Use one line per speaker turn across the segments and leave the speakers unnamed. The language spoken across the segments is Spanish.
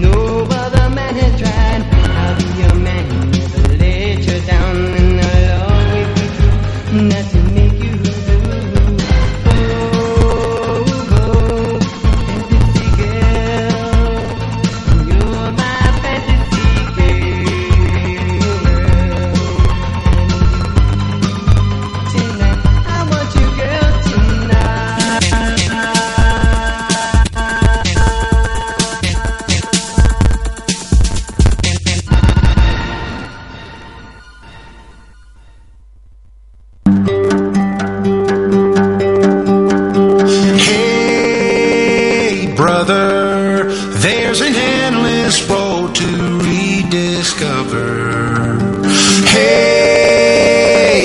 No other man has tried. I'll be your man. So let you down, and I'll always be true. Not to make you blue. Oh, oh, fantasy girl, you're my fantasy girl. Tonight, I want you, girl, tonight.
Hey, brother, there's an endless road to rediscover. Hey,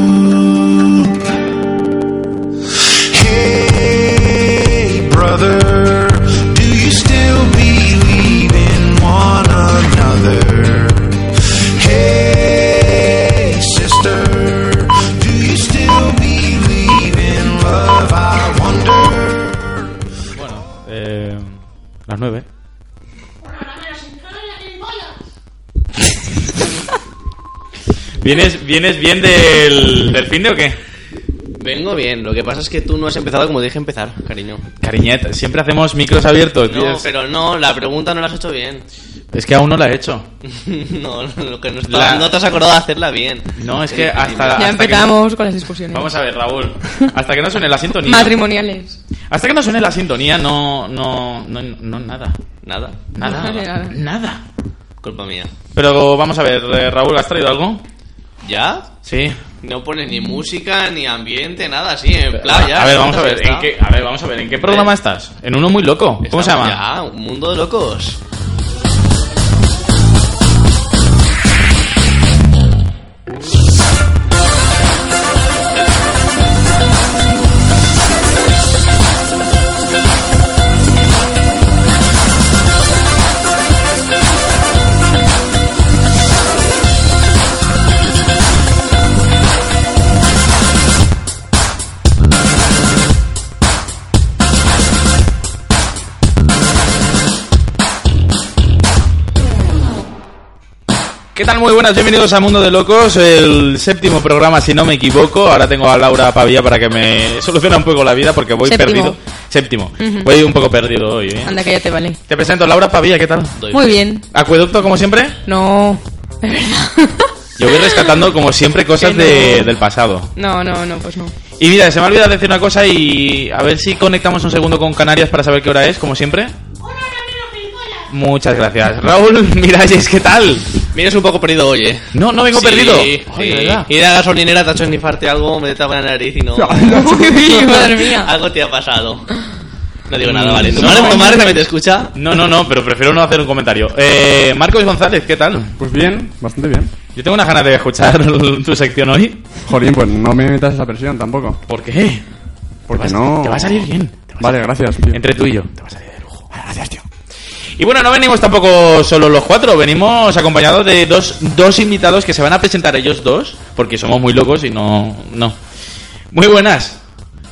Hey, brother, do you still believe in one another? Hey, sister, do you still believe in love? I wonder.
Eh, las nueve. ¿Vienes, ¿Vienes bien del, del fin de o qué?
Vengo bien, lo que pasa es que tú no has empezado como dije empezar, cariño.
Cariñeta, siempre hacemos micros abiertos.
No,
tías.
pero no, la pregunta no la has hecho bien.
Es que aún no la he hecho.
No, lo que no, está-
La-
no te has acordado de hacerla bien.
No, es que hasta...
Ya
hasta que-
empezamos con las discusiones.
Vamos a ver, Raúl. Hasta que no suene la sintonía...
Matrimoniales.
Hasta que no suene la sintonía, no... No, no, no nada.
Nada,
Nada.
Vale, nada.
Nada.
culpa mía.
Pero vamos a ver, eh, Raúl, ¿has traído algo?
¿Ya?
Sí.
No pones ni música, ni ambiente, nada así, en plan ya.
a ver, vamos a
ya
ver,
está. Eh,
¿en qué, a ver, vamos a ver, ¿en qué programa estás? En uno muy loco. ¿Cómo se
Estamos
llama?
Ya, un mundo de locos.
¿Qué tal? Muy buenas, bienvenidos a Mundo de Locos, el séptimo programa si no me equivoco. Ahora tengo a Laura Pavía para que me solucione un poco la vida porque voy
Séptimo.
perdido. Séptimo.
Ujú.
Voy un poco perdido hoy. ¿eh?
Anda, que ya te vale.
Te presento Laura Pavía, ¿qué tal?
Doy
Muy bien.
Acueducto, como siempre.
No, de verdad.
Yo voy rescatando, como siempre, cosas
Que
de-
no.
del pasado.
No, no, no, pues no.
Y mira, se me ha olvidado decir una cosa y a ver si conectamos un segundo con Canarias para saber qué hora es, como siempre. Muchas gracias. Raúl Miralles, ¿qué tal?
Vienes un poco perdido hoy, eh.
No, no vengo
Sí,
perdido.
Sí.
Ay, ¿verdad?
Ir a la gasolinera, te ha hecho esnifarte algo, me te la nariz y no.
Uy, madre mía.
algo te ha pasado. No digo nada,
Mm,
vale. ¿Tu
no.
madre, tu madre también te escucha?
No, no, no, pero prefiero no hacer un comentario. Eh, Marcos González, ¿qué tal?
Pues bien, bastante bien.
Yo tengo unas ganas de escuchar tu sección hoy.
Jolín, pues no me metas esa presión tampoco.
¿Por qué?
Porque
Te vas-
no.
te va a salir bien. Te va a
Vale, gracias. tío.
Entre tú y yo. Te va a salir de lujo. gracias, tío. Y bueno, no venimos tampoco solo los cuatro, venimos acompañados de dos, dos invitados que se van a presentar ellos dos, porque somos muy locos y no. no. Muy buenas.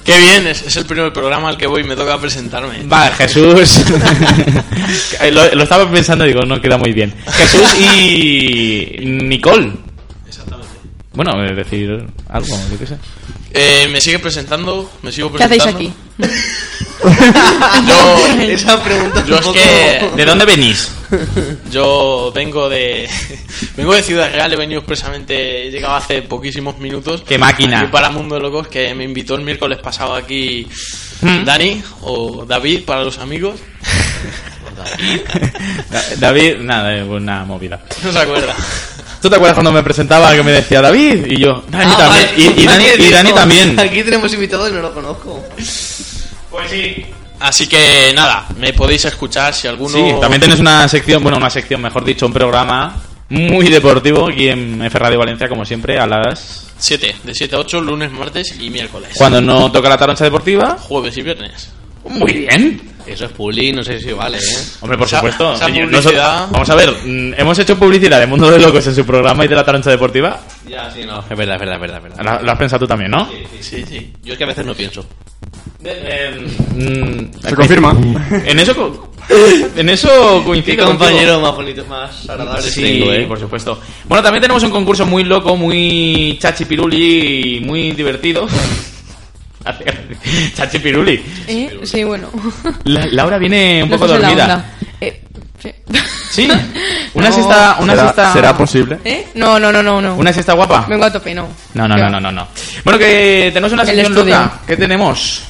Qué bien, es, es el primer programa al que voy y me toca presentarme.
Vale, Jesús. Eh, lo, lo estaba pensando y digo, no queda muy bien. Jesús y Nicole.
Exactamente.
Bueno, eh, decir algo, yo qué sé.
Eh, me sigue presentando, me sigo
¿Qué hacéis
presentando.
aquí?
Yo,
Esa pregunta
yo es que
¿De dónde venís?
yo vengo de vengo de Ciudad Real, he venido expresamente, he llegado hace poquísimos minutos.
¡Qué máquina!
Aquí para Mundo de Locos que me invitó el miércoles pasado aquí
Hmm.
Dani o David para los amigos.
Da- David, nada, eh, pues nada, movida.
No se acuerda.
¿Tú te acuerdas cuando me presentaba que me decía David? Y yo, Dani
Ah,
también.
vale.
Y, y Dani,
Nadie
y
dijo.
Dani también.
Aquí tenemos invitados y no lo conozco.
Pues sí. Así que nada, me podéis escuchar si alguno.
Sí, también tienes una sección, bueno, una sección, mejor dicho, un programa muy deportivo aquí en F Radio Valencia, como siempre, a las...
7, de 7 a 8, lunes, martes y miércoles.
Cuando no toca la taroncha deportiva.
Jueves y viernes.
Muy bien.
Eso es puli, no sé si vale, ¿eh?
Hombre, por
Esa-
supuesto.
esa
Oye,
publicidad-
nosotros- vamos a ver, mm, hemos hecho publicidad de Mundo de Locos en su programa y de la taroncha deportiva.
Ya, sí, no. Es verdad, es verdad, es verdad. es verdad.
Lo, lo has pensado tú también, ¿no?
Sí, sí. Yo es que a veces no pienso.
Mm,
Se confirma.
En eso, co- en eso
Qué
coincido. contigo.
compañero más bonito, más agradable
Sí,
tengo, ¿eh?
por supuesto. Bueno, también tenemos un concurso muy loco, muy chachipiruli y muy divertido. chachipiruli.
¿Eh? Sí, bueno.
La- Laura viene un
No
poco
estás en la
dormida.
onda. Eh, sí.
Sí, una
No.
siesta, una
¿Será,
siesta-
será posible?
¿Eh? No, no, no, no, no.
una siesta guapa.
Vengo a tope, no.
No, no,
¿Qué
no,
va?
no, no, no. Bueno, que tenemos una
El
sección
estudio.
loca. ¿Qué tenemos?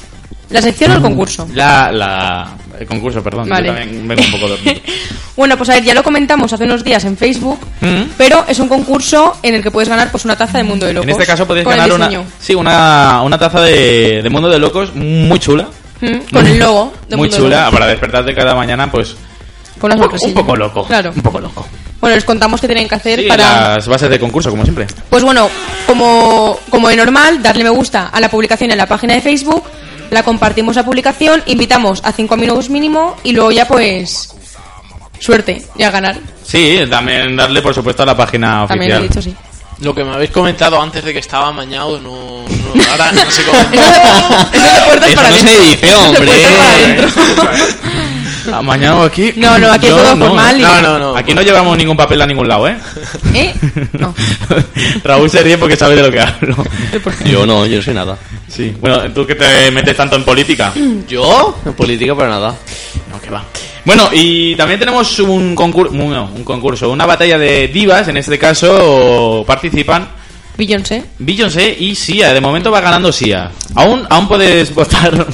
¿La sección o el concurso?
La, la, el concurso, perdón. Yo Mm, también vengo un poco dormido.
bueno, pues a ver, ya lo comentamos hace unos días en Facebook,
Mm.
pero es un concurso en el que puedes ganar pues una taza de Mundo de Locos.
En este caso podéis
con el
ganar
diseño.
una, sí, una, una taza de, de Mundo de Locos muy chula.
Mm, con el logo de
Muy
Mundo de
chula,
Locos.
para despertarte cada mañana, pues
Con una
un,
sorpresilla.
un poco loco.
Claro.
Un poco loco.
Bueno, les contamos qué tienen que hacer
Sí,
para...
las bases de concurso, como siempre.
Pues bueno, como, como de normal, darle me gusta a la publicación en la página de Facebook, la compartimos la publicación, invitamos a cinco amigos mínimo y luego ya pues... Suerte, y a ganar.
Sí, también darle, por supuesto, a la página
También he
oficial.
dicho sí.
Lo que me habéis comentado antes de que estaba mañado, no. no- ahora no sé cómo.
puertas
Eso
para
no
adentro.
se dice,
Eso de
hombre.
puertas para adentro.
Ah, Mañana aquí.
No, no, aquí es
Yo
todo
no.
formal y-
No, no, no. Aquí no llevamos ningún papel a ningún lado, ¿eh?
¿Eh? No.
Raúl se ríe porque sabe de lo que hablo.
Yo no, yo no sé nada.
Sí. Bueno, tú que te metes tanto en política.
¿Yo? En política para nada.
No, que va. Bueno, y también tenemos un concurso, un concurso, una batalla de divas, en este caso participan
Beyoncé.
Beyoncé y Sia. De momento va ganando Sia. Aún, aún puedes votar.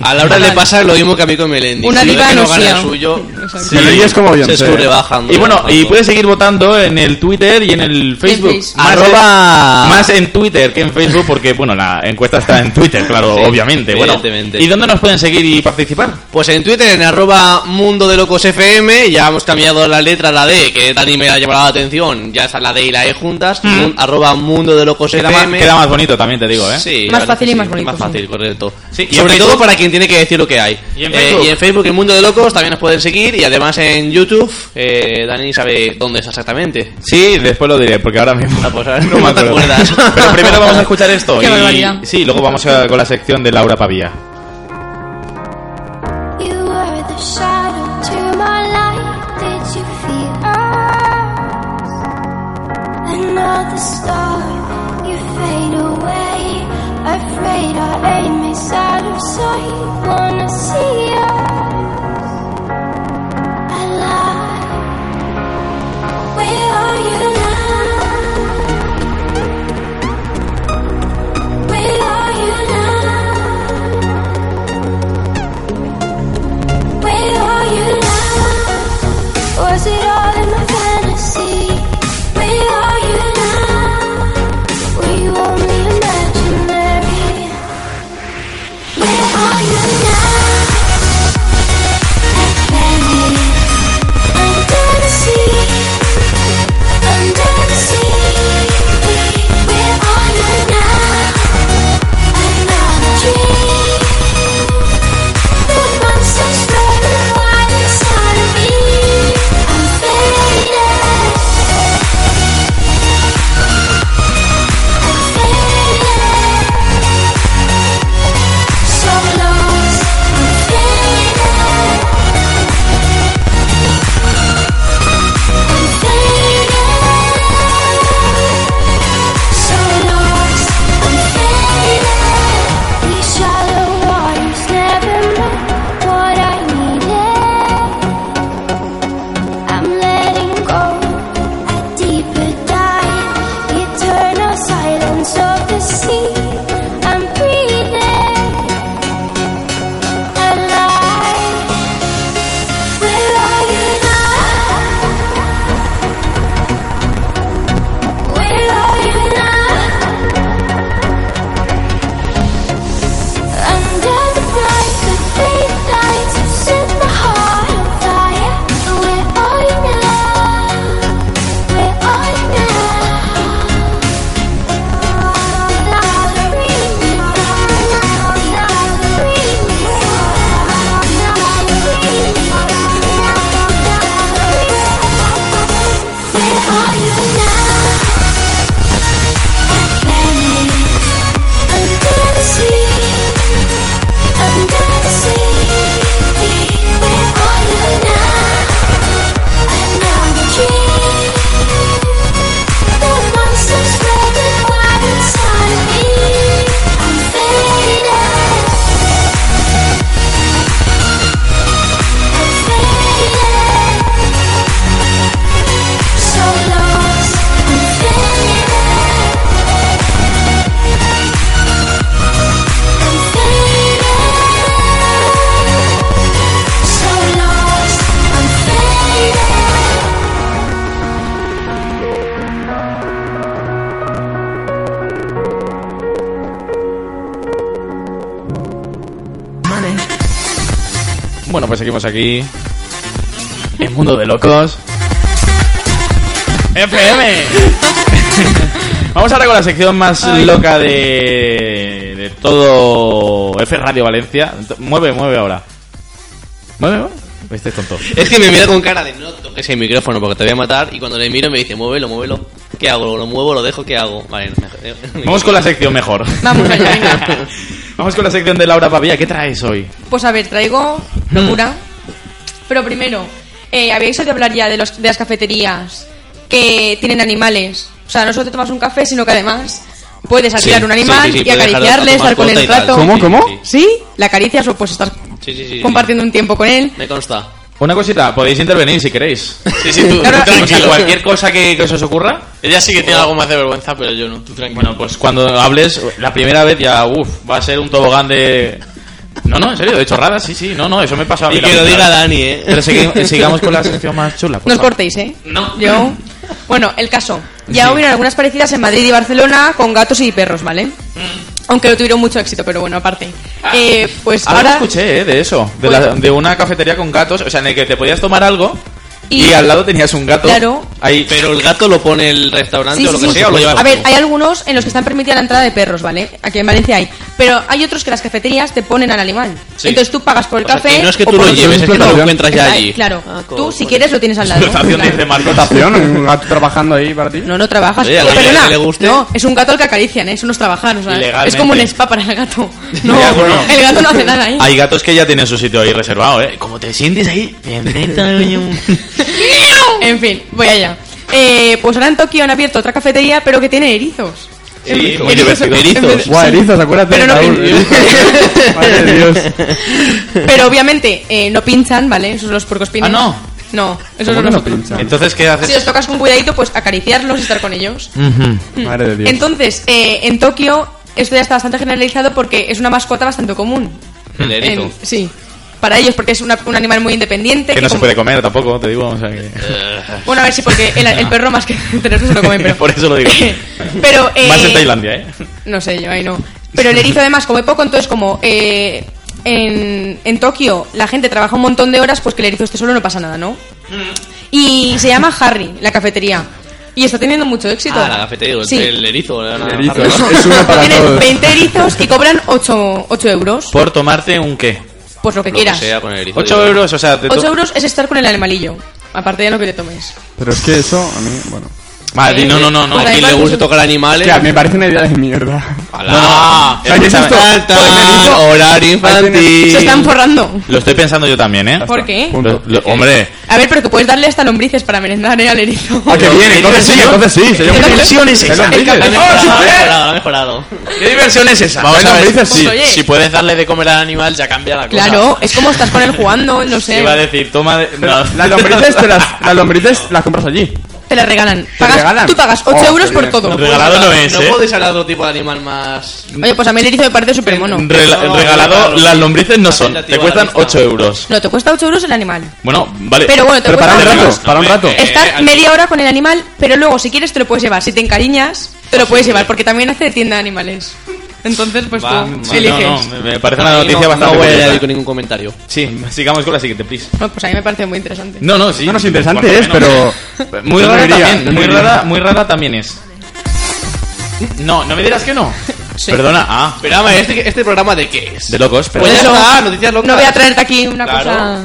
A Laura le pasa lo mismo que a mí con Melendi.
Una
Si ve
diva
que
no
gana el
sea.
suyo,
Sí. Melendi es como Beyoncé.
Se sube bajando.
Y bueno, y
bajando.
puedes seguir votando en el Twitter y en el Facebook.
Facebook.
Más
Arroba-
en- más en Twitter que en Facebook, porque bueno, la encuesta está en Twitter, claro,
Sí,
obviamente. Bueno,
evidentemente.
¿y dónde nos pueden seguir y participar?
Pues en Twitter, en arroba mundo de locos FM, ya hemos cambiado la letra, la D, que Dani me ha llamado la atención, ya está la D y la E juntas, mun- arroba mundo de locos
Mm. Queda más,
FM.
queda más bonito también, te digo, ¿eh?
Sí,
Más
la verdad
fácil y
que sí,
más bonito,
Más
sí.
fácil, correcto.
Sí, y en
Sobre todo
Facebook-
para quien tiene que decir lo que hay.
¿Y en
Eh,
Facebook?
y en Facebook, el mundo de locos, también nos pueden seguir y además en YouTube, eh, Dani sabe dónde es exactamente.
Sí, después lo diré, porque ahora mismo
Ah, pues ahora
no me
no te
acuerdo.
acuerdas.
Pero primero vamos a escuchar esto.
Qué
y-
barbaridad.
Sí, luego vamos a- con la sección de Laura Pavía.
You were the shadow to my light. Did you feel us? Another star, you fade away. Afraid our aim is out of sight. Wanna see you alive. Where are you now? Where are you now? Where are you now? Was it all in my fantasy? Where are you now? Were you only imaginary? Where are you now?
Bueno, pues seguimos aquí. El mundo de locos. ¡FM! Vamos ahora con la sección más loca de, de todo F Radio Valencia. Ent- Mueve, mueve ahora. Mueve, mueve. Este es tonto.
Es que me mira con cara de no toques el micrófono porque te voy a matar. Y cuando le miro me dice, muévelo, muévelo. ¿Qué hago? ¿Lo muevo? ¿Lo dejo? ¿Qué hago? Vale, me-
Vamos con la sección mejor.
Vamos allá, venga.
Vamos con la sección de Laura Pavía. ¿Qué traes hoy?
Pues a ver, traigo
Mm.
locura. Pero primero, eh, habéis oído hablar ya de, los, de las cafeterías que tienen animales. O sea, no solo te tomas un café, sino que además puedes alquilar
Sí,
un animal
sí, sí, sí,
y
puedes dejar de
acariciarle,
tomar
estar con
cota
él
y
un
tal.
rato.
¿Cómo, cómo?
Sí,
¿Sí? ¿La acaricias o pues estás
sí, sí, sí, sí.
compartiendo un tiempo con él?
Me consta.
Una cosita, podéis intervenir si queréis.
Sí, sí, tú, tú
Claro, y-
O sea,
tranquilo.
cualquier cosa que, que se os ocurra.
Ella sí que tiene algo más de vergüenza, pero yo no. Tú tranquilo.
Bueno, pues cuando hables, la primera vez ya, uff, va a ser un tobogán de. No, no, en serio, de chorradas, sí, sí, no, no, eso me pasó a mí.
Y
la
que lo
primera
diga
vez.
Dani, eh.
Pero segui- sigamos con la sección más chula. por
No os
favor.
cortéis, ¿eh?
No.
Yo. Bueno, el caso. Ya
Sí.
hubieron algunas parecidas en Madrid y Barcelona con gatos y perros, ¿vale?
Mm.
Aunque no tuvieron mucho éxito, pero bueno, aparte.
Ah.
Eh, pues
Algo
ahora.
escuché, eh, de eso, de, la- de una cafetería con gatos, o sea, en el que te podías tomar algo y,
Y-
al lado tenías un gato.
Claro.
Ahí,
Pero el gato lo pone el restaurante
Sí,
o lo
sí,
que
sí.
sea o lo llevas
A ver,
tú.
hay algunos en los que están permitida la entrada de perros, ¿vale? Aquí en Valencia hay. Pero hay otros que las cafeterías te ponen al animal.
Sí.
Entonces tú pagas por el
O sea,
café.
que no es que
o
tú
por
lo
los-
lleves, es que tú lo
Claro.
encuentras ya
Claro,
allí.
Claro.
Ah,
tú,
coño.
si quieres, lo tienes al lado.
explotación
Claro.
dice Marco Tación.
¿Tío, no hay un gato trabajando ahí para ti?
No, no trabajas.
Oye, a la
Perdona,
que le guste.
No, es un gato al que acarician, ¿eh? eso no es trabajar. o sea,
Ilegalmente.
es como un spa para el gato. No,
Ya, bueno.
el gato no hace nada ahí.
Hay gatos que ya tienen su sitio ahí reservado, ¿eh? Como te sientes ahí, te metas en un-
en fin, voy allá. Eh, pues ahora en Tokio han abierto otra cafetería, pero que tiene erizos.
Sí, muy
Erizos.
divertido.
Erizos.
Guau, erizos, acuérdate.
Pero no
Raúl,
pin-
erizos. Madre de Dios.
Pero obviamente eh, no pinchan, ¿vale? Esos son los puercos
Ah, no.
No, esos son
¿Cómo que
los
no
otros.
pinchan?
Entonces, ¿qué
Si
haces?
los tocas con cuidadito, pues acariciarlos y estar con ellos.
Mm.
Madre de Dios.
Entonces, eh, en Tokio esto ya está bastante generalizado porque es una mascota bastante común.
El erizo.
En- sí. Para ellos, porque es una- un animal muy independiente.
Que no se
como-
puede comer tampoco, te digo. O sea, que...
Eh.
Bueno, a ver si, porque el, el perro más que tenerlo se lo comen, pero...
Por eso lo digo.
pero, eh,
Más en Tailandia, ¿eh?
No sé, yo ahí no. Pero el erizo además come poco, entonces como eh, en, en Tokio la gente trabaja un montón de horas, pues que el erizo esté solo no pasa nada, ¿no?
Mm.
Y se llama Harry, la cafetería. Y está teniendo mucho éxito.
Ah, la cafetería, el-
Sí.
el erizo. la- la-
Erizo, es, es uno para
Tienen
todos.
20 erizos y cobran 8, euros.
Por tomarte un qué.
Pues lo que
lo
quieras.
que sea con el erizo,
8
digo.
euros, o sea, te to-
8 euros es estar con el animalillo. Aparte de lo que te tomes.
Pero es que eso, a mí, bueno.
Vale, no, no, no, no.
Por
A
ahí
quien le
va, pues-
guste tocar animales.
Tía, me parece una idea de mierda.
¡Hala!
No, no,
Escúchame.
es esto.
Tan, tan, horario infantil.
Se están forrando.
Lo estoy pensando yo también, ¿eh?
¿Por qué?
Punto.
Lo- lo- hombre,
A ver, pero que puedes darle hasta lombrices para merendar, ¿eh? Al erizo.
Ah, que bien, entonces sí, entonces sí. Sería
¿Qué
muy
diversión
es esa?
Ha mejorado, ha mejorado.
¿qué diversión es esa?
Vamos
Bueno,
a ver,
me dices
si,
sí.
si puedes darle de comer al animal ya cambia la cosa.
Claro, es como estás con él jugando, no sé.
Iba a decir, toma. de- no.
Las lombrices, te las, las lombrices las compras allí.
Te la regalan. Pagas-
regalan?
Tú pagas 8
Oh,
euros
qué
por
bien.
todo.
Regalado no es,
No
¿eh?
podéis hablar de otro tipo de animal más.
Oye, pues a mí el erizo me parece súper mono.
Rela-
No,
regalado,
claro.
las lombrices no son.
Apelativo
Te cuestan
a la
8 euros.
No, te cuesta 8 euros el animal.
Bueno, vale.
Pero bueno, te
Pero para un
cuesta
rato, para un rato.
Estar
Eh, al-
media hora con el animal, pero luego si quieres te lo puedes llevar. Si te encariñas, te lo puedes llevar, porque también hace de tienda de animales. Entonces, pues
Va,
tú
va,
eliges.
No, no, me parece una
A mí
noticia
no,
bastante
No voy a
curiosa.
añadir con ningún comentario.
Sí, sigamos con la siguiente, please.
Bueno, pues a mí me parece muy interesante.
No, no, sí.
No, no, es interesante
Por lo
es,
menos.
pero-
Muy
Yo no
rara
iría, yo
también,
no
muy
iría.
rara, muy rara también es. No, no me dirás que no.
Sí.
Perdona, ah,
Pero vamos, ¿este, ¿este programa de qué es?
de locos, pero
Pues
Por
ya
eso,
está, noticias locas.
No voy a traerte aquí una
Claro.
cosa.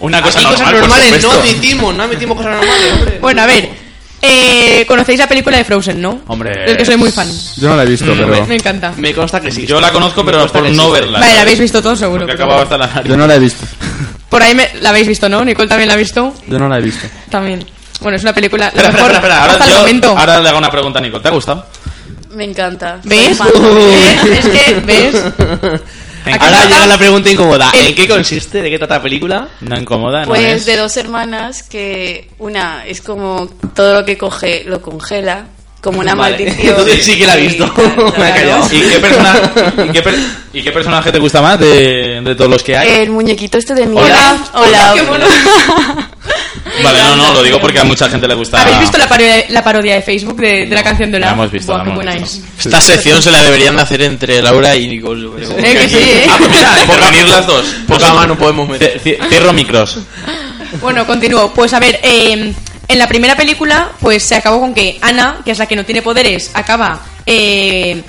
una
Aquí
cosa normal,
cosas
por
normales no
supuesto.
admitimos, no admitimos cosas normales. hombre.
Bueno, a ver. eh, Conocéis la película de Frozen, ¿no?
Hombre.
Es que soy muy fan.
Yo no la he visto,
Mm,
pero.
Me encanta.
Me consta que sí.
Yo la conozco, pero por no verla.
Vale, la habéis visto todos seguro.
Porque
pero-
acababa hasta la nariz.
Yo no la he visto.
Por ahí me, la habéis visto, ¿no? Nicole también la ha visto.
Yo no la he visto.
También. Bueno, es una película. la
Espera, espera,
mejor
espera, espera,
hasta
Ahora,
el
yo-
momento.
ahora le hago una pregunta a Nicole. ¿Te ha gustado?
Me encanta.
¿Ves?
Soy fan.
¿Ves? Es que, ¿ves? Aquí
Ahora
está.
llega la pregunta incómoda.
El-
¿En qué consiste? ¿De qué trata la película?
No incomoda, no
Pues
es.
de dos hermanas que una es como todo lo que coge lo congela, como una
Vale.
maldición.
Entonces sí que la he visto. Me ha callado.
¿Y qué, persona- y qué per- y qué personaje te gusta más
Eh,
de, de todos los que hay?
El muñequito este de mierda.
Hola, hola. Qué mono.
Vale, no, no, lo digo porque a mucha gente le gusta.
¿Habéis visto la parodia, la parodia de Facebook de, de la canción de la?
La hemos visto,
Buah,
la
qué
hemos
buena
visto.
es.
Esta sección se la deberían de hacer entre Laura y Nicole. yo creo.
Eh, que sí, eh.
Ah, pues mira,
Por venir las dos.
Poca mano podemos meter.
Cierro micros.
Bueno, continúo. Pues a ver, eh, en la primera película, pues se acabó con que Ana, que es la que no tiene poderes, acaba eh,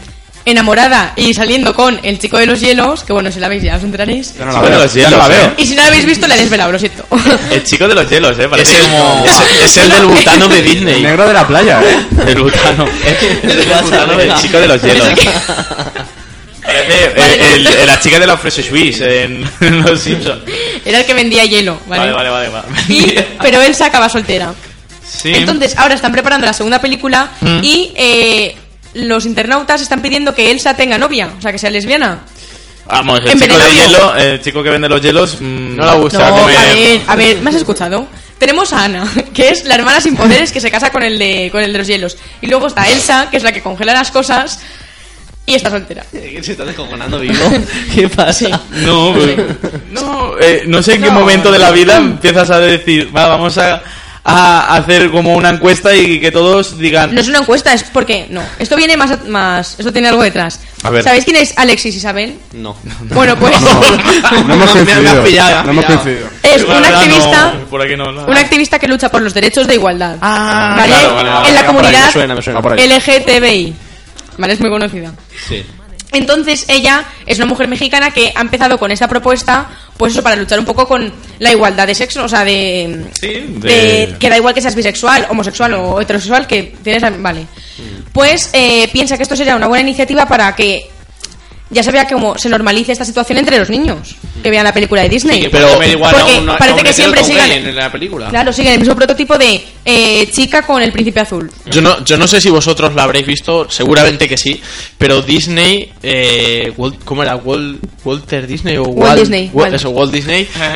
enamorada y saliendo con el chico de los hielos, que bueno, si la veis ya os enteraréis.
Yo no
Sí, bueno, los hielos, ¿eh?
Y si no la habéis visto, la he desvelado, lo siento.
El chico de los hielos, eh. Parece
Es el,
como.
es el- es el del butano de Disney.
El negro de la playa, ¿eh?
El butano. El butano del chico de los hielos. Parece eh, el- el- la chica de la Fresh Suisse en, en Los Simpsons.
Era el que vendía hielo, ¿vale?
Vale, vale, vale. vale.
Y- pero él se acaba soltera.
Sí. Mm.
Entonces, ahora están preparando la segunda película y eh, los internautas están pidiendo que Elsa tenga novia, o sea, que sea lesbiana.
Vamos, el
en
chico de
Veneno.
hielo, el chico que vende los hielos, mm,
No la gusta. O sea,
no,
como-
a ver, a ver, ¿me has escuchado? Tenemos a Ana, que es la hermana sin poderes que se casa con el de, con el de los hielos. Y luego está Elsa, que es la que congela las cosas y está soltera.
¿Se está descojonando vivo? ¿Qué pasa?
No, pues, no, eh, no sé en qué momento de la vida empiezas a decir, va, vamos a, a hacer como una encuesta y que todos digan.
No es una encuesta, es porque no. Esto viene más, a- más esto tiene algo detrás.
A ver.
¿Sabéis quién es Alexis Isabel?
No.
Bueno, pues
No hemos
Me- me has
coincidido.
pillado, me has
No hemos
pillado.
coincidido.
es
La
un
verdad,
activista
no, por aquí no, no.
un activista que lucha por los derechos de igualdad.
Ah,
¿vale?
claro, vale, vale,
en la
vale, por ahí,
comunidad
me suena, me suena.
Va por ahí.
LGTBI. Vale, es muy conocida.
Sí.
Entonces ella es una mujer mexicana que ha empezado con esta propuesta, pues eso, para luchar un poco con la igualdad de sexo, o sea, de,
Sí,
de-
de-
que da igual que seas bisexual, homosexual o heterosexual, que tienes... la- Vale. Pues eh, piensa que esto sería una buena iniciativa para que ya se vea cómo se normalice esta situación entre los niños que vean la película de Disney.
pero igual
porque
a un- a un
parece que
hetero
siempre
que a un
sigan...
gay en la
Ah.
película.
Claro, siguen el mismo prototipo de eh, chica con el príncipe azul.
Yo no, yo no sé si vosotros la habréis visto, seguramente que sí, pero Disney, eh, Walt- ¿cómo era? Walt- ¿Walter Disney o Walt,
Disney,
Walt-
Walt.
eso, Walt Disney
Ah.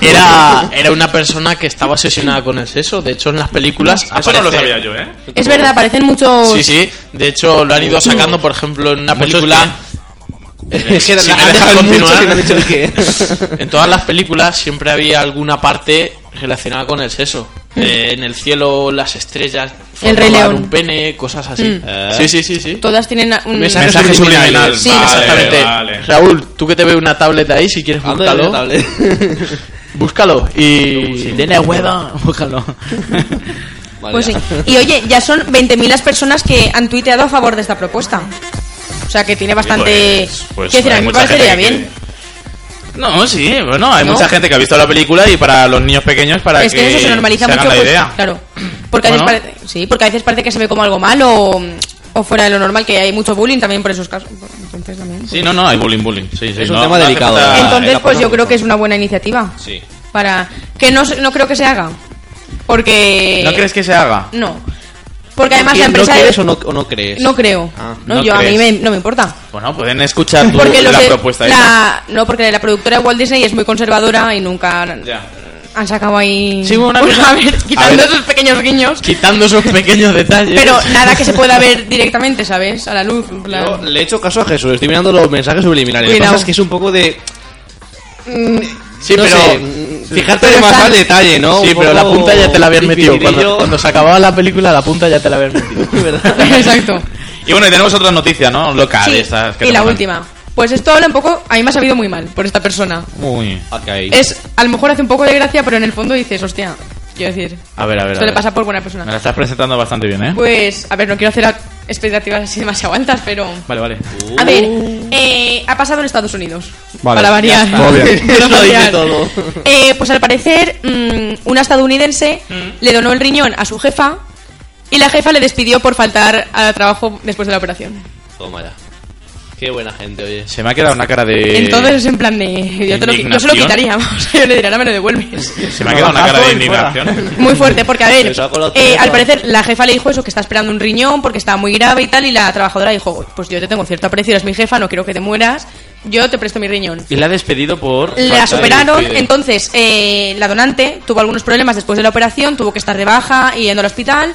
era, era una persona que estaba obsesionada con el sexo. De hecho, en las películas.
Eso no lo
aparece-
sabía yo, ¿eh?
Es verdad, aparecen muchos...
Sí, sí. De hecho, lo han ido sacando, por ejemplo, en una película. Eh,
Es que
Si
la-
me
han
dejas
dejado mucho
continuar.
que no han dicho el qué.
En todas las películas siempre había alguna parte relacionada con el sexo. Eh, en el cielo, las estrellas,
El Rey
formaban
León.
un pene, cosas así.
Eh.
Sí, sí, sí, sí.
Todas tienen
Pues
un...
Mensajes subliminales.
Sí,
Vale,
exactamente.
exactamente. Raúl, tú que te ve una tablet ahí, si quieres
Anda,
búscalo.
tablet.
Búscalo y
Si
tiene huevo, búscalo.
Vale,
Pues sí.
ya.
Y oye, ya son 20.000 las personas que han tuiteado a favor de esta propuesta. O sea que tiene bastante.
Pues- pues
Quiero decir, a
hay
mí me
mucha
parecería
gente que-
bien.
No, sí, bueno, hay
¿No?
mucha gente que ha visto la película y para los niños pequeños para
Es que eso se normaliza
hagan
mucho.
la
pues,
idea.
Claro. Porque a, veces
Bueno.
parece, sí, porque a veces parece que se ve como algo malo o, o fuera de lo normal, que hay mucho bullying también por esos casos. Entonces, también.
Sí, no, no, hay bullying, bullying. Sí, sí,
Es un
no-
tema
no hace
delicado,
falta-
¿eh?
Entonces,
la
pues
cosa
yo
mucho.
creo que es una buena iniciativa.
Sí.
Para. Que no, se- no creo que se haga. Porque.
¿No crees que se haga?
No. Porque además la
¿No
empresa.
quieres o no, o no crees?
No creo.
Ah,
no,
no
yo a mí
crees.
me- no me importa.
Bueno, pueden escuchar tu-
porque lo
la
que-
propuesta. esa.
la- no porque la productora de Walt Disney es muy conservadora y nunca
Ya.
han sacado ahí
Sí, una
Pues,
cosa-
a ver,
a
quitando
ver.
esos pequeños guiños
Quitando esos pequeños detalles.
pero nada que se pueda ver directamente sabes a la luz en plan.
Yo le he hecho caso a Jesús, estoy mirando los mensajes subliminales. Lo que
Cuidado.
pasa es que es un poco de.
Sí,
no
pero.
sé, mm, fijarte
Pero
más
está-
al detalle, ¿no?
Sí,
Un
pero la
poco
punta ya te la habían metido.
dificilillo.
Cuando, cuando se acababa la película, la punta ya te la habían metido.
exacto
Y bueno, y tenemos otra noticia, ¿no? Local,
Sí,
estas que
y la
tenemos.
última pues esto habla un poco a mí me ha sabido muy mal por esta persona
Uy.
Ok.
es a lo mejor hace un poco de gracia pero en el fondo dices hostia quiero decir
A ver, a ver.
esto
a
le
ver.
pasa por buena persona
Me la estás presentando bastante bien, ¿eh?
pues a ver no quiero hacer a- expectativas así demasiado altas pero
Vale, vale.
A ver,
Uh.
eh, ha pasado en Estados Unidos.
Vale,
para variar.
ya está. Todo bien.
Para
Lo dice
variar.
todo.
Eh, pues al parecer, mm, una estadounidense
Mm.
le donó el riñón a su jefa y la jefa le despidió por faltar al trabajo después de la operación.
Toma ya. Qué buena gente, oye.
Se me ha quedado una cara de.
Eh,
Entonces es en plan de. Yo, te lo, qui- yo se lo
indignación.
quitaría, vamos. Yo le diría, ahora me lo devuelves.
Se me ha quedado una cara de indignación.
Muy fuerte, porque a ver,
Te saco la
eh,
tierra.
al parecer la jefa le dijo eso, que está esperando un riñón porque estaba muy grave y tal, y la trabajadora dijo, pues yo te tengo cierto aprecio, eres mi jefa, no quiero que te mueras, yo te presto mi riñón.
Y la ha despedido por.
La superaron,
despide.
entonces eh, la donante tuvo algunos problemas después de la operación, tuvo que estar de baja y yendo al hospital,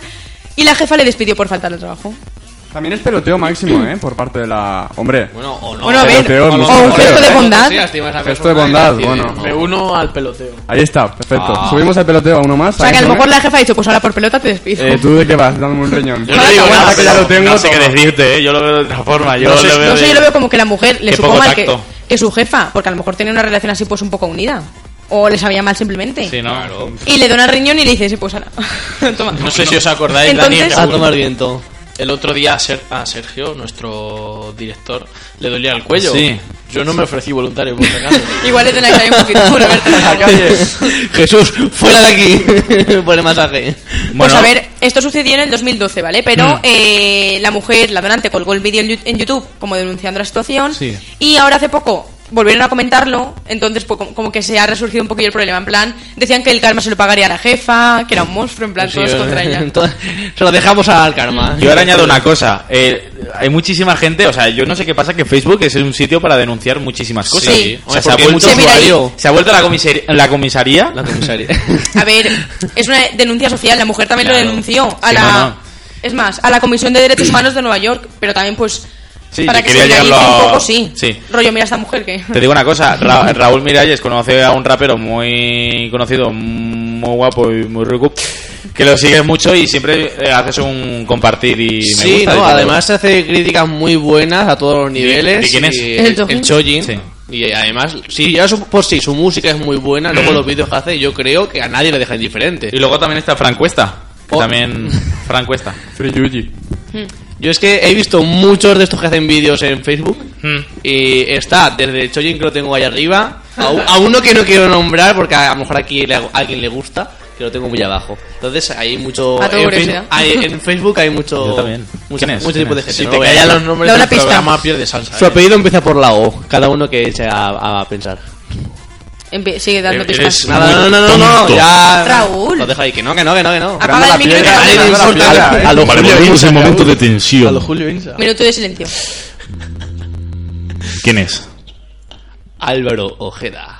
y la jefa le despidió por falta de trabajo.
También es peloteo máximo, ¿eh? Por parte de la... Hombre.
Bueno, o no.
Bueno, a ver, Peloteo es o mucho un peloteo. gesto de bondad. Gesto de bondad, bueno.
Me uno al peloteo.
Ahí está, perfecto.
Ah.
Subimos al peloteo a uno más.
O sea,
ahí
que a lo
pone.
mejor la jefa ha dicho, pues ahora por pelota te despido.
Eh, ¿Tú de qué vas? Dame un riñón.
Yo no digo
Ahora
nada,
que ya lo tengo.
no sé qué decirte, ¿eh? yo lo veo de otra forma. Yo
no sé,
lo veo
no sé,
de-
yo lo veo como que la mujer le
Qué poco
supo mal que,
tacto.
que su jefa, porque a lo mejor tiene una relación así pues un poco unida. O le sabía mal simplemente.
Sí, ¿no?
Y le dona el riñón y le dice, sí, pues ahora.
No sé si os acordáis,
Entonces-
Dani.
A tomar
viento. El otro día a, Ser- a Sergio, nuestro director, le dolía el cuello.
Sí.
Yo no me ofrecí voluntario, por si acaso.
Igual le tenéis ahí un poquito. Bueno, a ver, Pues,
Jesús, fuera de aquí. Por el masaje.
Pues a ver, esto sucedió en el 2012, ¿vale? Pero
Mm.
eh, la mujer, la donante, colgó el vídeo en Yu- en YouTube como denunciando la situación.
Sí.
Y ahora hace poco volvieron a comentarlo, entonces pues, como, como que se ha resurgido un poquillo el problema. En plan, decían que el karma se lo pagaría a la jefa, que era un monstruo, en plan,
Sí,
todos
eh,
contra ella.
entonces, se lo dejamos al karma.
Yo ahora añado una cosa. eh, hay muchísima gente, o sea, yo no sé qué pasa, que Facebook es un sitio para denunciar muchísimas cosas.
Sí.
O sea,
Hombre,
se,
porque
ha
hay
vuelto,
mucho Se mira ahí. usuario.
se ha vuelto la, comisari- la comisaría. La
comisaría.
A ver, es una denuncia social, la mujer también
Claro.
lo denunció. A
Sí,
la,
no, no.
Es más, a la Comisión de Derechos Humanos de Nueva York, pero también pues...
Sí,
para
yo
que se
quería
viralice
llevarlo
un
a-
poco, sí.
sí.
Rollo, mira esta mujer que...
Te digo una cosa, Ra- Raúl Miralles conoce a un rapero muy conocido, muy guapo y muy rico, que lo sigues mucho y siempre eh, haces un compartir y me
Sí,
gusta,
no,
digo,
además se hace críticas muy buenas a todos los niveles.
de quién es?
y
¿El
el,
Chojin?
Chojin.
Sí.
Y además, sí, ya su- por sí, su música es muy buena, luego
Mm.
los vídeos que hace, yo creo que a nadie le deja indiferente.
Y luego también está Fran Cuesta, que también Fran Cuesta.
Yo es que he visto muchos de estos que hacen vídeos en Facebook y está desde el Chojin que lo tengo ahí arriba a, u- a uno que no quiero nombrar porque a, a lo mejor aquí le- a alguien le gusta que lo tengo muy abajo. Entonces hay mucho
A tu
en,
curiosidad.
Facebook, hay, en Facebook hay mucho
Yo también.
mucho,
¿Quién es?
mucho
¿Quién
tipo de
es?
gente.
Si
¿no?
te
Voy a-
callan los nombres
Da
del
una pista.
programa, pierdes salsa,
Su
¿eh?
apellido empieza por la O, cada uno que eche a, a pensar.
Empe- sigue dando pistas.
Nada, no, no, no, no,
tonto.
ya.
Raúl.
Lo dejo ahí, que no, que no, que no, que no.
Apaga el micro y
Ah,
piedra,
te
nadie le
calmas.
importa.
A, a lo
Vale,
Julio volvemos
Insa,
en momento
Raúl.
de tensión.
A lo Julio Insa.
Minuto de silencio.
¿Quién es?
Álvaro Ojeda.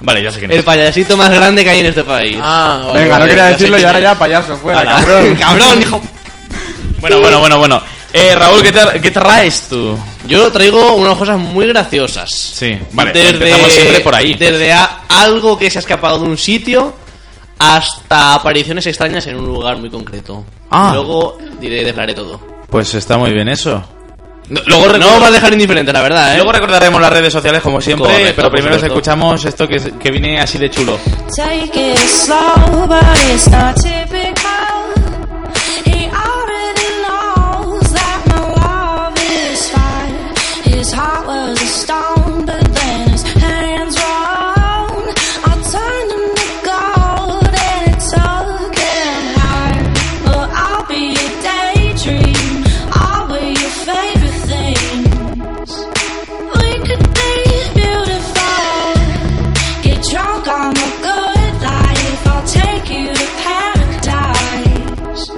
Vale, ya sé quién
El
es.
payasito más grande que hay en este país.
Ah.
vale, Venga, no vale, quería ya sé decirlo y quién ahora es. ya payaso, fuera,
Ala.
cabrón.
cabrón, hijo.
Bueno, bueno, bueno, bueno. Eh, Raúl, ¿qué, te, ¿qué traes tú?
Yo traigo unas cosas muy graciosas.
Sí, vale, empezamos siempre por ahí.
Desde a- algo que se ha escapado de un sitio hasta apariciones extrañas en un lugar muy concreto.
Ah.
Luego diré, declaré todo.
Pues está muy bien eso. No,
luego recu- No va a dejar indiferente, la verdad, ¿eh?
Luego recordaremos las redes sociales como siempre,
Correcto,
pero
por
primero
supuesto.
escuchamos esto que, que viene así de chulo.
Take it slow, but it's not typical. He already knows that my love is fire. His heart was a stone, but then his hands were on. I turned him to gold and it took him high. But I'll be your daydream. I'll be your favorite things. We could be beautiful. Get drunk on the good life. I'll take you to paradise.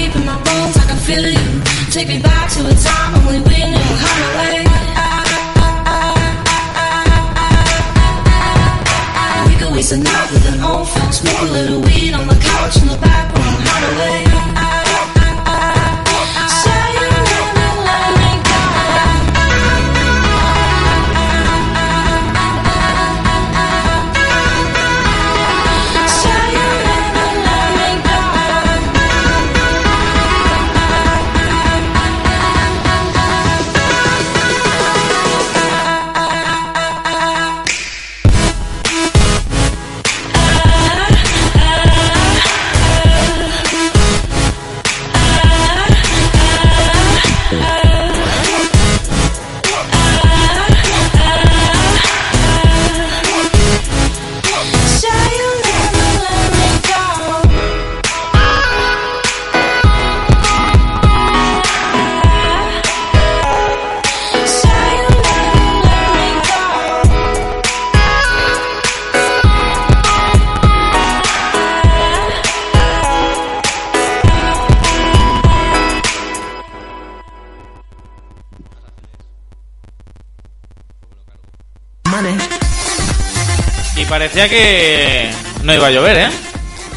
with you. Take me back to a time when we were new. Run away. We could waste a night with an old friend. Smoke a little weed on the couch in the back room. Run away. Say you love me, let me go. Say you love me, let me go. Say you never let me go. Say you never let me go.
Y parecía que no iba a llover, ¿eh?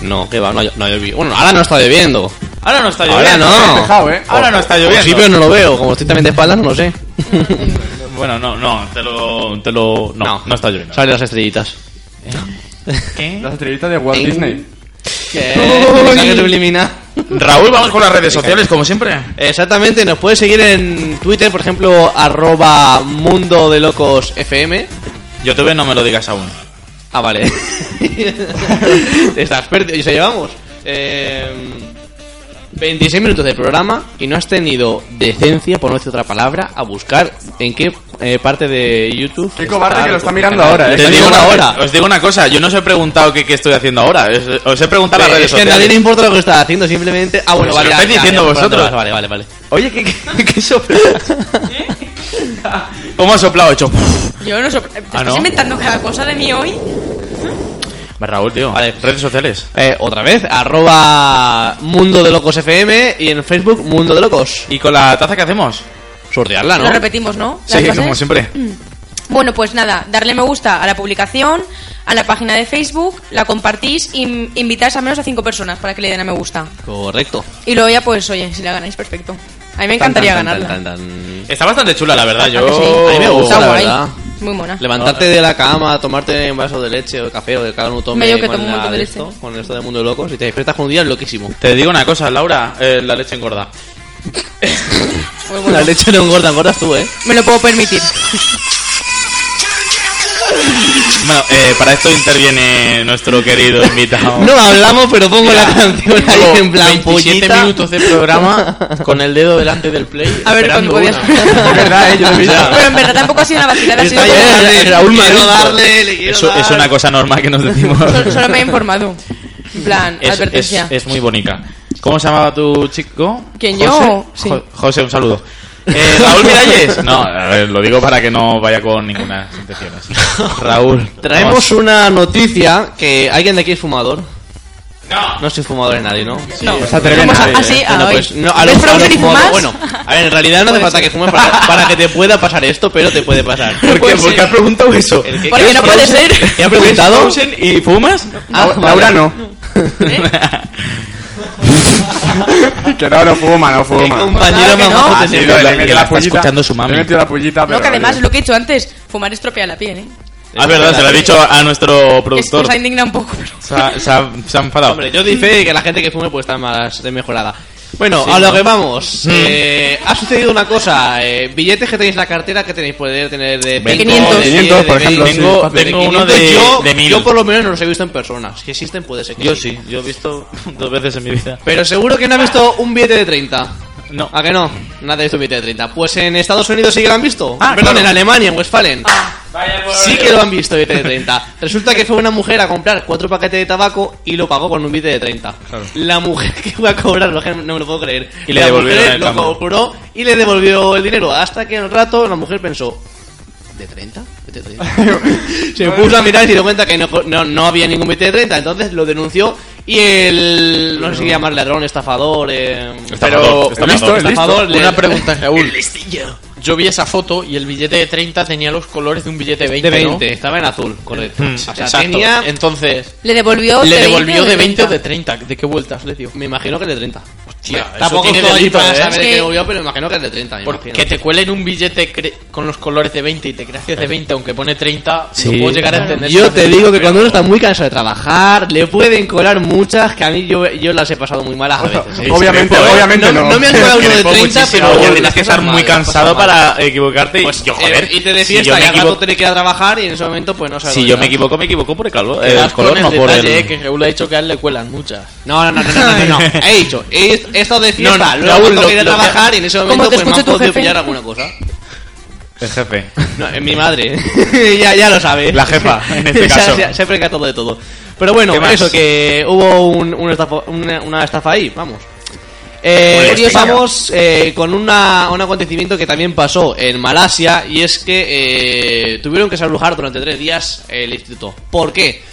No, que va, no, ha- no ha llovido. Bueno, ahora no está lloviendo.
Ahora no está
Ahora
lloviendo.
no.
Se ha dejado, ¿eh? Ahora no está lloviendo.
Sí, pero no lo veo. Como estoy también de espaldas, no lo sé.
Bueno, no, no, te lo, te lo... No, no, está lloviendo.
Salen las estrellitas.
Las estrellitas de Walt Disney.
Mensaje subliminal.
Raúl, vamos con las redes sociales, como siempre.
Exactamente, nos puedes seguir en Twitter, por ejemplo, arroba mundo de locos FM.
Yo te veo, no me lo digas aún.
Ah, vale. Estás perdido. Y se llevamos. eh, 26 minutos de programa y no has tenido decencia, por no decir otra palabra, a buscar en qué eh, parte de YouTube.
Qué cobarde que lo está mirando
canal.
ahora, eh.
Te
Te
digo
una-
ahora.
Os digo una cosa, yo no os he preguntado qué, qué estoy haciendo ahora. os- Os he preguntado las
Eh,
redes
Es que a nadie le
sociales.
importa lo que estás haciendo, simplemente. Ah, bueno,
Pues
vale.
lo
ya,
estáis
ya,
diciendo
ya, pronto,
vosotros.
Vale, vale, vale.
Oye, ¿qué, qué, qué sopla? ¿Cómo ha soplado? Hecho.
Yo no so- ¿Te estás
Ah, no?
inventando cada cosa de mí hoy?
Raúl, tío.
Vale.
Redes sociales.
Eh, otra vez, arroba Mundo de Locos FM y en Facebook Mundo de Locos.
¿Y con la taza qué hacemos?
Sortearla, ¿no?
Lo repetimos, ¿no? Las
Ah, Sí,
frases.
como siempre.
Bueno, pues nada, darle me gusta a la publicación, a la página de Facebook, la compartís y m- invitáis al menos a cinco personas para que le den a me gusta.
Correcto.
Y luego ya, pues oye, si la ganáis, perfecto. A mí me encantaría
Tan, tan,
ganarla.
tan, tan, tan.
Está bastante chula, la verdad. Yo...
¿A que sí?
A mí me gusta,
Está
la
guay,
verdad.
Muy buena.
Levantarte de la cama, tomarte un vaso de leche o de café o de cada uno tome
Medio que
con,
tomo un
la
montón de
de
leche.
esto, con esto del mundo de locos y te despiertas con un día loquísimo.
Te digo una cosa, Laura, eh, la leche engorda.
La leche no engorda, engordas tú, ¿eh?
Me lo puedo permitir.
Bueno, eh, para esto interviene nuestro querido invitado.
No hablamos, pero pongo la canción ahí en plan
27
pollita.
minutos de programa con el dedo delante del play.
A ver cuándo podías.
Es verdad, eh, yo lo he visto.
Pero en verdad tampoco ha sido una vacilada, ha sido
Está
como-
lleno de- Raúl
Quiero
Madrid.
darle, le quiero Eso- es una cosa normal que nos decimos.
Solo, solo me he informado. En plan,
es, es,
advertencia.
es muy bonita. ¿Cómo se llamaba tu chico?
¿Quién,
¿José?
yo? Sí.
Jo- José, un saludo. Eh, Raúl Miralles. No, a ver, lo digo para que no vaya con ninguna intenciones. Raúl.
Traemos
vamos.
una noticia que alguien de aquí es fumador.
No.
No soy fumador de nadie, ¿no?
no,
se atreve
vamos a-
nadie,
así
eh.
a
Bueno,
hoy.
pues no, a los,
¿Ves,
a
Raúl, que Pues
los
ni
fumadores-
fumas?
Bueno, a ver, en realidad no hace falta que fumes para, para que te pueda pasar esto, pero te puede pasar.
¿Por qué? ¿Por qué has Pues preguntado eso?
El que-
Pues Porque no puede ser.
¿Qué ha preguntado?
Frozen y fumas?
Ah, vale.
Laura no. Que no, no fuma, no
Mi
fuma.
compañero
Claro que
mamá pues
no.
te
Sí,
tiene-
le he
la-
metido
que la
la
está
pullita.
escuchando su mami.
Le he metido la pullita, pero...
No, que además,
oye,
lo que he dicho antes, fumar estropea la piel, ¿eh?
Ah, es verdad, se lo ha dicho a nuestro
Es
productor.
cosa indigna un poco, pero...
Se ha, se ha- se ha enfadado.
Hombre, yo dice que la gente que fume puede estar más de mejorada. Bueno, a lo que vamos.
Mm.
Eh, ha sucedido una cosa. eh, billetes que tenéis en la cartera que tenéis poder tener de
500.
10,
500, por ejemplo, sí.
Tengo,
Tengo
tengo
uno
uno
de-
de, yo,
de mil.
yo por lo menos no los he visto en persona. Si existen puede ser que
Yo sí, yo he visto dos veces en mi vida.
Pero seguro que no ha visto un billete de 30.
No.
¿A que no? Nadie ha visto un billete de 30. Pues en Estados Unidos sí que lo han visto.
Ah,
Perdón,
claro.
en Alemania, en Westfalen. Sí que lo han visto billete de 30. Resulta que fue una mujer a comprar cuatro paquetes de tabaco y lo pagó con un billete de 30. La mujer que iba a cobrar, no me lo puedo creer.
Y le
la
devolvieron
mujer
el
lo
cambio.
cobró y le devolvió el dinero. Hasta que al rato la mujer pensó, ¿de 30? ¿De 30? Se puso a mirar y se dio cuenta que no, no, no había ningún billete de 30. Entonces lo denunció Y el. No sé si llamar ladrón, estafador. eh,
Estafador,
pero.
estafador.
estafador, le-
Una pregunta, Raúl.
El listillo.
Yo vi esa foto y el billete de 30 tenía los colores de un billete de 20.
De 20,
¿no?
estaba en azul, correcto.
Mm.
O sea,
Exacto.
tenía-
Entonces,
Le devolvió
le
de 20
devolvió
o
de 20 o de 30. ¿De qué vueltas le dio?
Me imagino que el de 30.
Hostia, eso
Tampoco
tiene
estoy
delito,
para
¿eh?
saber
Es que-
qué movió, pero me imagino que el de 30. me imagino.
Porque te cuelen un billete cre- con los colores de 20 y te creas que es de 20, aunque pone 30,
Sí.
lo puedo llegar a entender.
Yo te digo que
Pero-
cuando uno está muy cansado de trabajar, le pueden colar muchas que a mí yo, yo las he pasado muy malas a veces. ¿eh?
Obviamente,
Discrepo, ¿eh?
obviamente no.
No me han colado uno de 30, pero
ya
las
tienes que
cosas
estar muy
mal, las
cansado
cosas mal.
para equivocarte. Pues, yo, joder,
Eh, y te de
si yo
fiesta
me
y al rato
equivoco-
tenés que ir a trabajar y en ese momento pues no sabes
Si
dónde
yo me
estás.
equivoco, me equivoco por el, calor,
Te
el
das
color,
con el
no por el...
detalle, eh, que Raúl ha dicho que a él le cuelan muchas.
No, no, no, no, no, no, no. He dicho, he he estado de fiesta,
No, no,
luego
Raúl,
tengo
lo-
que ir a
lo que-
trabajar y en ese
¿Cómo
momento
te
pues me
escucha
han
tu
podido
jefe?
pillar alguna cosa.
El jefe.
No, es mi madre. ya, ya lo sabe.
La jefa, en este
Se-
caso.
Se, se ha percatado de todo. Pero bueno,
¿Qué más?
eso, que hubo un, un estafa- una, una estafa ahí, vamos. Eh,
Pues venga.
vamos eh, con una- un acontecimiento que también pasó en Malasia y es que eh, tuvieron que desalojar durante tres días el instituto. ¿Por qué?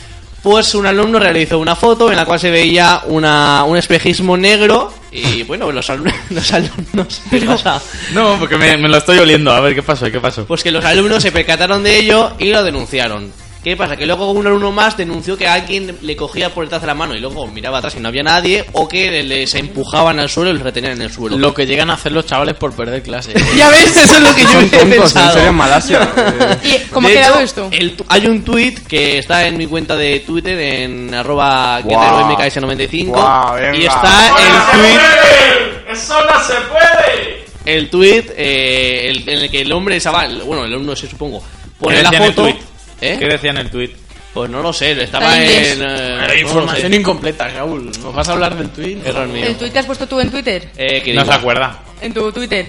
Pues un alumno realizó una foto en la cual se veía una, un espejismo negro y bueno, los, alumnos los alumnos... ¿qué pasa?
No, porque me, me lo estoy oliendo. A ver, ¿qué pasó? ¿Qué pasó?
Pues que los alumnos se percataron de ello y lo denunciaron. ¿Qué pasa? Que luego un alumno más denunció que alguien le cogía por detrás de la mano y luego miraba atrás y no había nadie o que les empujaban al suelo y los retenían en el suelo.
Lo que llegan a hacer los chavales por perder clase.
Ya ves, eso es lo que yo
Son
he
tontos, en
pensado.
serio, en Malasia. eh,
¿Y cómo ha
De
quedado
hecho, eh,
esto?
el tu- hay un tweet que está en mi cuenta de Twitter en arroba
Guau.
mks95
Guau,
y
venga.
está el tweet
¡Eso no se puede!
el tweet eh, el- en el que el hombre estaba bueno el alumno se supongo pone
¿Qué
la
decía en el
foto
tuit?
¿eh?
¿Qué decía en el tuit?
Pues no lo sé,
Está
estaba
en inglés.
en. eh, no lo
La
sé.
información incompleta, Raúl. ¿Nos vas a hablar del tweet?
Error mío.
¿El tweet que has puesto tú en Twitter?
Eh, que
No se
digo,
acuerda.
En tu Twitter.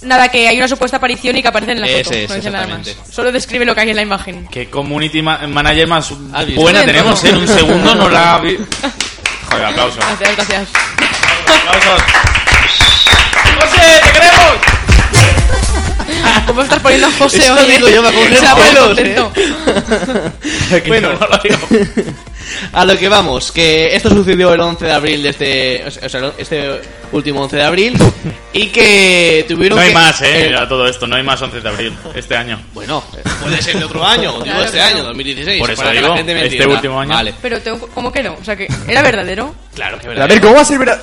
Nada, que hay una supuesta aparición y que aparece en la
Ese
foto.
es,
no dice nada más.
exactamente.
Solo describe lo que hay en la imagen.
¿Qué community ma- manager más
¿Has visto?
buena
Bien,
tenemos?
¿no?
En un segundo no la... vi- Joder, aplausos.
Gracias, gracias.
aplausos. ¡José, te queremos!
¿Cómo estás poniendo a José
Eso
hoy? eh?
digo yo, me cogeré
Se ha puesto
pelos,
contento.
bueno, no lo digo.
A lo que vamos, que esto sucedió el 11 de abril de este. O sea, este último 11 de abril. Y que tuvieron.
No hay
que-
más, eh,
el-
a todo esto. No hay más 11 de abril este año.
bueno, puede ser de otro año, digo
Claro,
este
claro.
año, 2016.
Por eso
para que
digo,
la gente me
este
entienda.
último año.
Vale,
Pero tengo, ¿cómo que no? O sea, que ¿era verdadero?
claro que
A ver, ¿cómo va a ser verdad?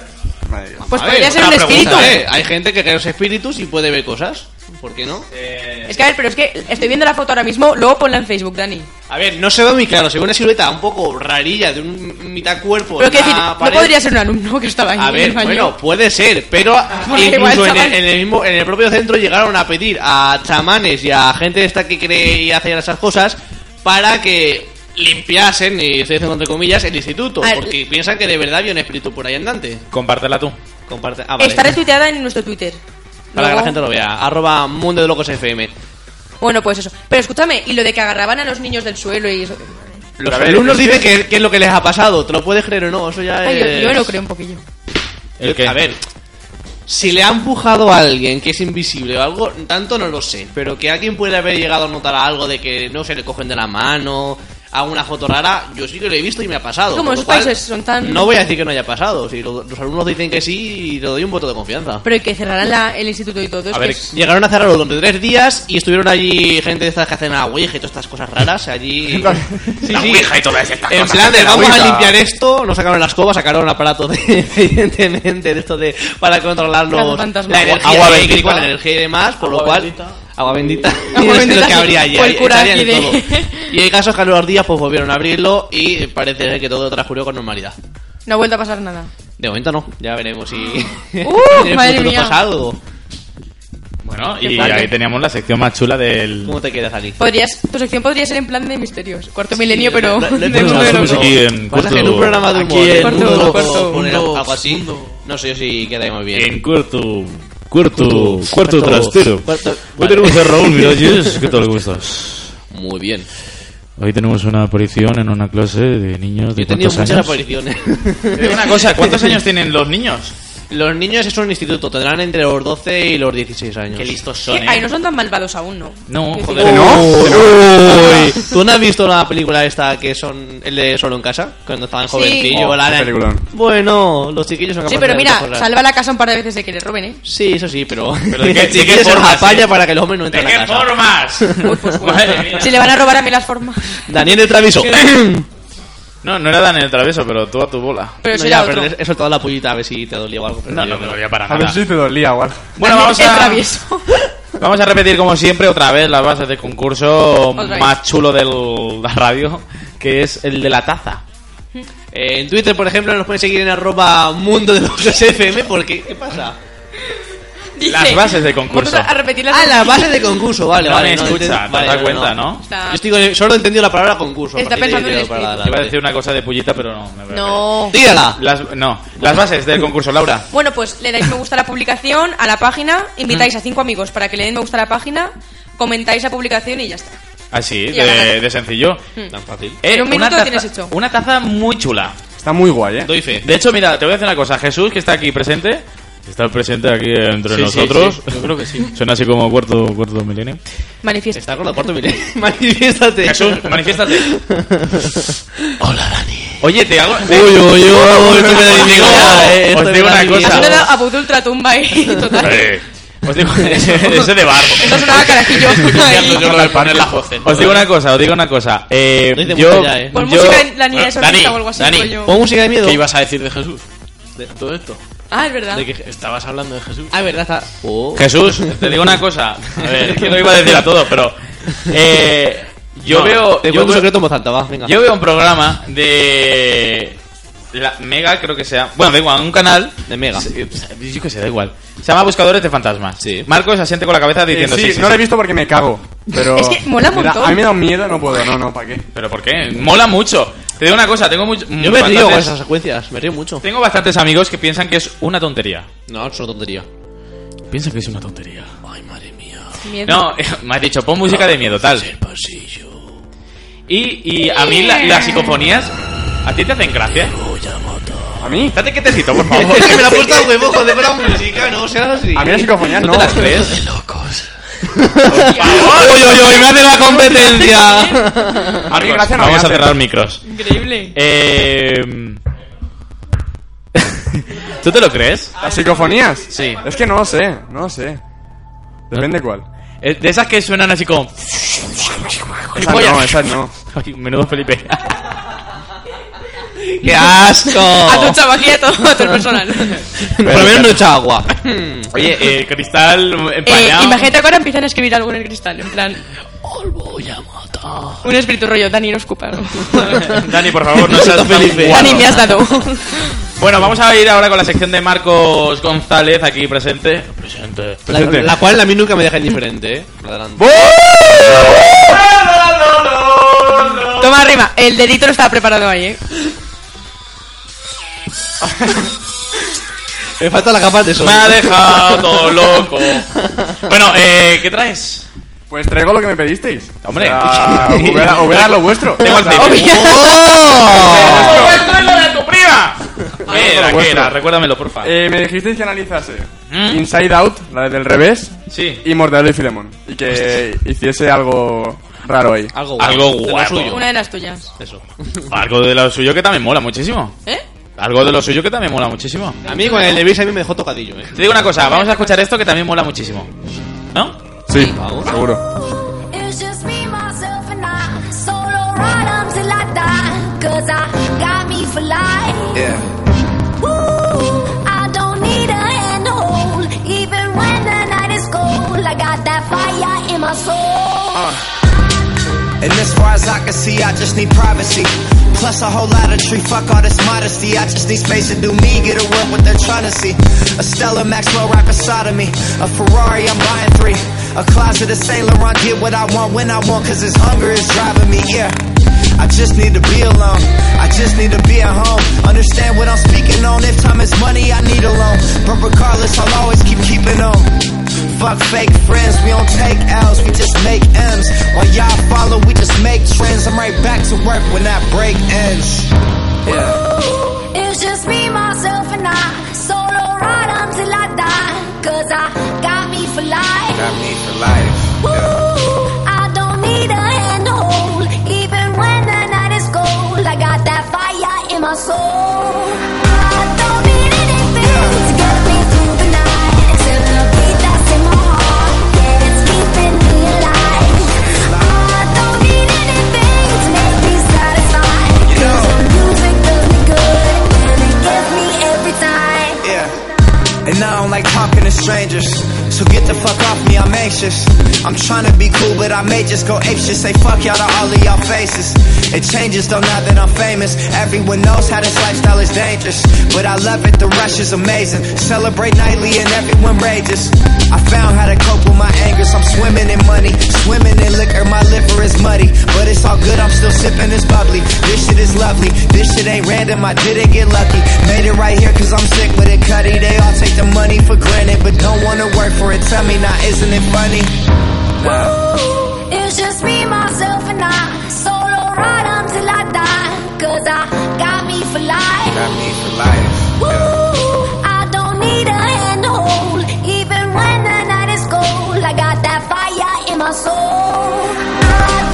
Madre mía.
Pues
A
podría
ver,
ser un
otra
espíritu.
pregunta, ¿eh? Hay gente que cree en los espíritus y puede ver cosas. ¿Por qué no?
Es que a ver, pero es que estoy viendo la foto ahora mismo, luego ponla en Facebook, Dani.
A ver, no se ve muy claro. Se ve una silueta un poco rarilla de un mitad cuerpo.
Pero
en
quiero decir,
una
no
pared.
podría ser un alumno que estaba ahí.
A ver,
en el baño.
bueno, puede ser, pero
Porque
incluso
igual,
en el,
chaval.
en el mismo, en el propio centro llegaron a pedir a chamanes y a gente esta que cree y hace esas cosas para que limpiasen, y estoy diciendo entre comillas, el instituto,
A ver. eh,
porque piensan que de verdad había un espíritu por ahí andante.
Compártela tú.
Comparte, ah, vale.
Está retuiteada en nuestro Twitter.
Para que la
Luego-
gente lo vea. Arroba Mundo de Locos FM.
Bueno, pues eso. Pero escúchame, y lo de que agarraban a los niños del suelo y eso.
Los alumnos dicen que, que es lo que les ha pasado. ¿Te lo puedes creer o no? Eso ya
Ay, yo,
es...
yo lo creo un poquillo.
¿El qué?
A ver, si le ha empujado a alguien que es invisible o algo, tanto no lo sé, pero que alguien puede haber llegado a notar algo de que no se le cogen de la mano, hago una foto rara, yo sí que lo he visto y me ha pasado.
Es como
con lo
esos
cual,
países son tan-
No voy a decir que no haya pasado, si lo- los alumnos dicen que sí, le doy un voto de confianza.
Pero y que cerraran la- el instituto y todo. es que
A ver,
es-
llegaron a cerrarlo durante tres días y estuvieron allí gente de estas que hacen la Ouija y todas estas cosas raras allí. Sí, sí.
y todas estas
En plan de vamos a limpiar esto, nos sacaron la escoba, sacaron un aparato de, evidentemente de esto de para controlar los,
Cazafantasmas.
la energía
Agua
eléctrica,
bendita.
la energía y demás, por lo
Agua
cual
bendita.
agua bendita,
Agua
es
bendita,
lo que habría
sí.
allí,
O el cura
echarían
aquí de-
todo. Y hay casos que a los días pues volvieron a abrirlo y parece ser que todo transcurrió con normalidad.
No ha vuelto a pasar nada.
De momento no, ya veremos si
Uh,
en el
madre
futuro
mía.
pasa algo.
Bueno,
Qué
y
padre.
ahí teníamos la sección más chula del...
¿Cómo te quedas aquí?
Podrías, tu sección podría ser en plan de misterios. Cuarto Pues, milenio,
Sí,
pero.
lo- lo he
de
pensado,
mundo de
lo he
locos.
pensado.
Aquí en
Pasa que en
Cuarto-
un programa de humor,
en
en
Cuarto-
Mundo
Cuarto-
Loco, poner
Mundo-
algo así, no sé yo si queda muy bien.
En cuarto... Cuarto... Cuarto
cuarto-
trastero.
cuarto-
Hoy
vale.
tenemos a Raúl Miralles. ¿Qué tal? ¿Cómo estás?
Muy bien.
Hoy tenemos una aparición en una clase de niños de
Yo he tenido
cuántos
muchas
años.
apariciones.
Te digo una cosa, ¿cuántos años tienen los niños?
Los niños es un instituto, tendrán entre los 12 y los 16 años. Qué
listos
Que, ay, no son eh. tan malvados aún, ¿no?
No,
joder.
no. ¿Tú no has visto la película esta que son el de Solo en casa? Cuando estaban jovencillos,
Oh,
la
qué peliculón.
Bueno, los chiquillos son
Sí,
capaces
pero
de
mira,
muchas cosas.
salva la casa un par de veces de que le roben, ¿eh?
Sí, eso sí, pero.
Pero ¿de qué- de qué
chiquillos se
forma,
las apaña
sí?
para que el hombre no Pues, entre
¿De
en la
qué
casa.
formas?
Si le van a robar a mí las formas.
Daniel el Travieso.
No, no era Daniel el Travieso, pero tú a tu bola.
Pero eso
ya,
era
pero
otro.
he he soltado la pollita a ver si te dolía o algo.
No, no me dolía para
A ver
nada.
si te dolía o algo.
Bueno, vamos
El
a,
travieso.
vamos a repetir como siempre otra vez las bases del concurso
Otra vez.
más chulo de la radio, que es el de la taza.
Eh, en Twitter, por ejemplo, nos pueden seguir en arroba mundo de los FM porque... ¿Qué pasa?
Dice,
Las bases del concurso.
Vamos a repetir las
Ah, la base de concurso, vale,
No
vale.
me escucha,
enten-
te has
vale,
dado cuenta, ¿no?
Está-
Yo estoy con- solo he entendido la palabra concurso. a
Está
partir de ahí
pensando en
creo, para
el
la-
Iba a decir una cosa de pullita, pero no. me voy a
No.
la- Tírala.
quedar. Las, no, las bases del concurso, Laura.
Bueno, pues le dais me gusta a la publicación, a la página, invitáis a cinco amigos para que le den me gusta a la página, comentáis la publicación y ya está.
Así,
Y a ganar.
de, de sencillo.
Tan fácil.
En
Eh,
un
una
minuto lo
taza-
tienes hecho.
Una taza muy chula.
Está muy guay, ¿eh?
Doy fe.
De hecho, mira, te voy a decir una cosa. Jesús, que está aquí presente. Está presente aquí entre
Sí, sí,
nosotros.
sí, yo creo que sí.
Suena así como cuarto, cuarto milenio.
Manifiesta.
Está con la cuarto milenio. Manifiéstate.
Jesús, manifiéstate.
Hola, Dani.
Oye, te hago.
Uy, uy, uy, uy, tú me
Os digo-
desligas, eh, esto
os
me
digo
da
una
mi
cosa.
vida.
Has dado a puto ultratumba y total.
Eh, Os digo. Ese de barro.
Esto sonaba a carajillo. Ahí.
Os digo una cosa, os digo una cosa. Eh,
No dice
yo,
mucho ya, eh.
Pon
yo-
música en la niña de
Dani,
sonrisa o algo así.
Dani,
rollo.
¿Pongo música de miedo?
¿Qué ibas a decir de Jesús? De todo esto.
Ah, es verdad.
De que estabas hablando de Jesús.
Ah, verdad, está... Oh.
Jesús, te digo una cosa. A ver, que no iba a decir a todos, pero. eh, yo
No,
veo.
Te
yo
cuento un
veo-
secreto en voz alta, va, venga.
Yo veo un programa de. La Mega, creo que sea. Bueno, da igual, un canal.
De Mega.
Sí, Yo que sé, da igual. Se llama Buscadores de Fantasmas.
Sí.
Marcos asiente con la cabeza
Eh,
diciendo sí.
sí,
sí,
no
sí.
lo he visto porque me cago. Pero
Es que mola un
Me da-
montón.
a mí me da un miedo, no puedo. No, no, ¿para qué?
Pero ¿por qué? Mola mucho. Te digo una cosa, tengo mucho.
Yo me río con esas secuencias, me río mucho.
Tengo bastantes amigos que piensan que es una tontería.
No, es una tontería.
Piensan que es una tontería.
Ay, madre mía.
Miedo.
No, me has dicho, pon música de miedo, tal.
El pasillo.
Y, y a mí la- las psicofonías, ¿a ti te hacen gracia?
¿A mí?
Date que te cito, por favor.
me la he puesto a huevo, joder, con la música, no seas así.
A mí la psicofonía no.
¿No te las crees?
Locos.
¡Uy, uy, uy! ¡Me hace la competencia!
A mí gracias no me
Vamos
hace.
a cerrar micros.
Increíble.
Eh... ¿Tú te lo crees?
¿Las psicofonías?
Sí.
Es que no lo sé, no lo sé. Depende cuál.
Eh, De esas que suenan así como...
Esa no, esa no.
Ay, menudo Felipe.
¡Qué asco!
A tu Eh, chaval y a todo, a todo el personal.
Por lo menos no echa agua.
Oye, eh, cristal
Eh,
empañado.
imagínate que ahora empiezan a escribir algo en el cristal, en plan, un espíritu rollo, Dani, no escupa.
Dani, por favor, no seas tan
Felipe.
guarro.
Dani, me has dado.
Bueno, vamos a ir ahora con la sección de Marcos González aquí presente. Presente.
La, la cual a mí nunca me deja indiferente, eh. Adelante.
Toma arriba, el dedito no estaba preparado ahí, ¿eh?
Me falta la capa de eso.
Me ha dejado loco. Bueno, eh, ¿qué traes?
Pues traigo lo que me pedisteis.
Hombre.
Ah, o verá- o verá lo vuestro.
Tengo el
O sea,
pipi.
¡Oh!
Ah, ¿Qué era? ¿Qué era? Recuérdamelo, porfa.
Eh, me dijisteis que analizase
¿Mm?
Inside Out, la del revés,
Sí.
y Mortadelo y Filemón. Y que hiciese algo raro ahí.
Algo guapo.
Algo
de lo
guapo.
suyo.
Una de las tuyas.
Eso.
Algo de lo suyo que también mola muchísimo.
¿Eh?
Algo de lo suyo que también mola muchísimo.
A mí con el de Beast a mí me dejó tocadillo, eh.
Te digo una cosa, vamos a escuchar esto que también mola muchísimo. ¿No?
Sí, seguro.
It was just me, myself, and I. Solo ride until I die. Cause I got me for life.
Yeah.
Ooh, I don't need a handhold. Even when the night is cold, I got that fire in my soul.
And as far as I can see, I just need privacy. Plus a whole lot of tree, fuck all this modesty. I just need space to do me, get away with what they're trying to see. A Stella Maxwell right beside of me. A Ferrari, I'm buying three. A closet of Saint Laurent, get what I want when I want, cause this hunger is driving me, yeah. I just need to be alone. I just need to be at home. Understand what I'm speaking on. If time is money, I need a loan. But regardless, I'll always keep keeping on. Fuck fake friends, we don't take L's, we just make M's. While y'all follow, we just make trends. I'm right back to work when that break ends. Yeah.
It's just me, myself, and I. Solo ride for life.
Got me for life.
I don't need a handhold, even when the night is cold. I got that fire in my soul. I don't need anything to get me through the night. Till the beat that's in my heart, yeah, it's keeping me alive. I don't need anything to make me satisfied. 'Cause the music does me good, and it gets me every time.
Yeah. And I don't like talking to strangers. So get the fuck off me, I'm anxious. I'm trying to be cool, but I may just go apeshit. Say fuck y'all to all of y'all faces. It changes though now that I'm famous. Everyone knows how this lifestyle is dangerous. But I love it, the rush is amazing. Celebrate nightly and everyone rages. I found how to cope with my angers. I'm swimming in money, swimming in liquor. My liver is muddy, but it's all good. I'm still sipping this bubbly. This shit is lovely. This shit ain't random. I didn't get lucky. Made it right here cause I'm sick with it, Cuddy. They all take the money for granted, but don't wanna work for it. Tell me now, isn't it funny? Nah.
It's just me, myself, and I. Solo ride until I die. Cause I got me for life.
Got me for life.
I don't need a handhold. Even when the night is cold, I got that fire in my soul. I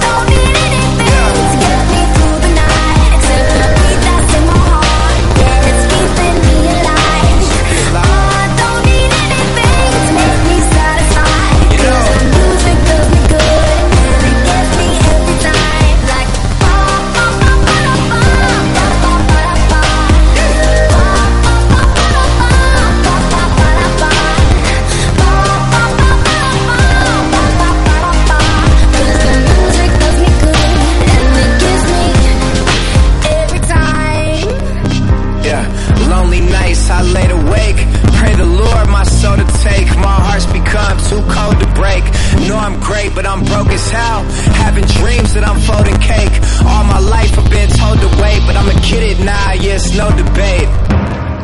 don't need anything to get me through the night. Till the beat that's in my heart, yeah, it's keeping me alive. I don't need anything to make me satisfied. 'Cause the music does me good, and it gets me every time. Like oh. ba ba ba ba ba ba ba ba ba ba.
Yeah, lonely nights I laid awake. Pray the Lord my soul to take. My heart's become too cold to break. Know I'm great, but I'm broke as hell. Having dreams that I'm folding cake. All my life I've been told to wait, but I'ma get it now. Yeah, it's no debate.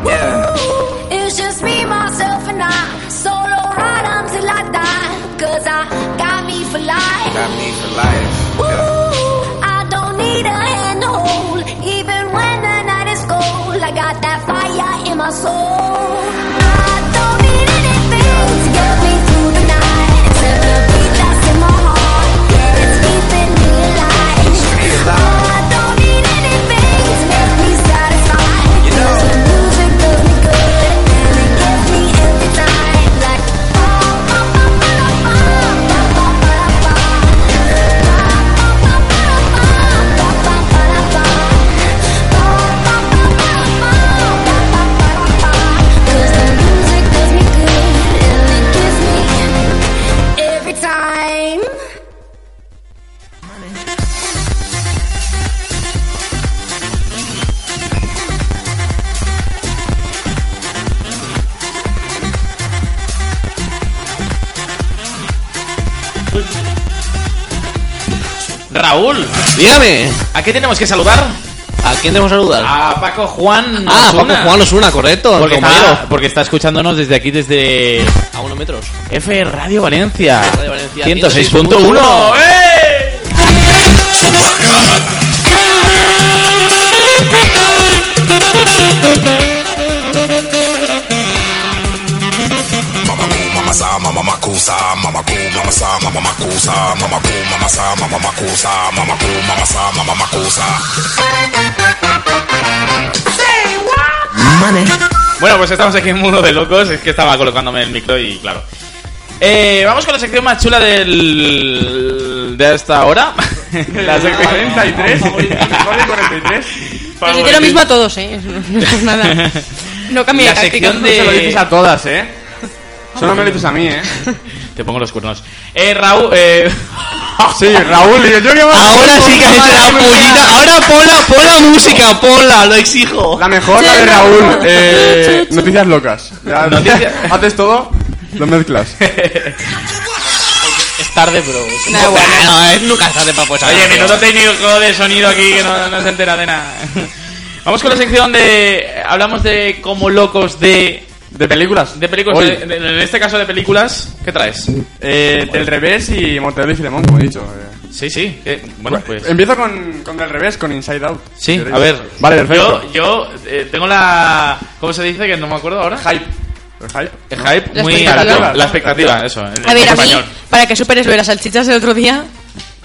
Yeah.
It's just me, myself, and I. Solo ride until I die. Cause I got me for life.
Got me for life.
I don't need a handhold. Even when the night is cold, I got that fire in my soul. I don't need anything to get me through the night. Till the beat that's in my heart, yeah, it's keeping me alive. Oh, I don't need anything to make me satisfied. 'Cause the music does me good, and it gets me every time. Like every time.
Raúl,
Dígame,
¿a qué tenemos que saludar?
¿a quién tenemos que saludar?
A Paco Ah, Juan.
ah,
Osuna.
Paco Juan Osuna, correcto.
Porque
compañero.
está, porque está escuchándonos desde aquí, desde
A unos metros.
F Radio Valencia.
Radio Valencia,
106.1. ¡Eh!
Mama cool, mama sa, mama ma cool sa, mama cool, mama sa, mama ma cool sa, mama cool, mama sa, mama ma cool sa, mama cool, mama sa, mama ma cool sa.
Bueno, pues estamos aquí en Mundo de Locos. Es que estaba colocándome el micro y claro. Eh, vamos con la sección más chula del. de hasta ahora. la sección
43, episodio 43.
Les dice Pues lo mismo a todos, ¿eh? No es nada. No cambia
La
de táctica.
sección
No se lo
de-
dices a todas, ¿eh? Solo me lo dices a mí, ¿eh?
Te pongo los cuernos. Eh, Raúl. Eh...
Sí, Raúl, digo, yo que
Ahora sí que has hecho la pullita. Ahora ponla, pon la música, ponla, lo exijo.
La mejor, la de Raúl. Eh, noticias locas. Ya,
Noticias-
Haces todo, lo mezclas.
Es tarde, pero.
Da igual.
No, es nunca es tarde para pues
Oye, minuto técnico de sonido aquí que no, no se entera de nada. Vamos con la sección de. Hablamos de como locos de.
¿De películas?
De películas.
Hoy.
de- de- en este caso de películas, ¿qué traes?
Eh, del revés y Mortadelo y Filemón, como he dicho. eh.
Sí, sí. eh, bueno, pues.
Empiezo con, con del revés, con Inside Out.
Sí,
Em, ¿Queréis?
a ver.
Vale, perfecto.
Yo, yo eh, tengo la. ¿Cómo se dice? Que no me acuerdo ahora.
Hype.
El hype. El hype
La
muy
expectativa.
alto. La expectativa, eso. en-
A ver,
en
a mí,
español.
para que superes lo de las salchichas del otro día,
Las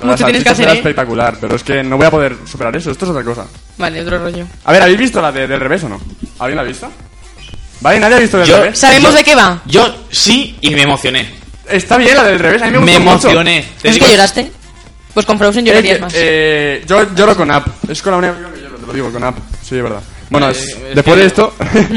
mucho tienes que
salchichas
hacer,
era
¿eh?
espectacular, pero es que no voy a poder superar eso. Esto es otra cosa.
Vale, otro rollo.
A ver, ¿habéis visto la de, del revés o no? ¿Alguien la ha visto? ¿Vale? ¿Nadie ha visto del
Yo-
revés?
¿Sabemos de qué va?
Yo sí y me emocioné.
Está bien la del revés, a mí me gustó mucho.
emocioné. Te
¿Es
digo-
que lloraste? Pues con Frozen
Eh,
llorarías
que,
más.
eh, yo lloro con app. Es con la única película que lloro, te lo digo, con app. Sí, es verdad. Bueno,
Eh,
es-
es
después
que-
de esto.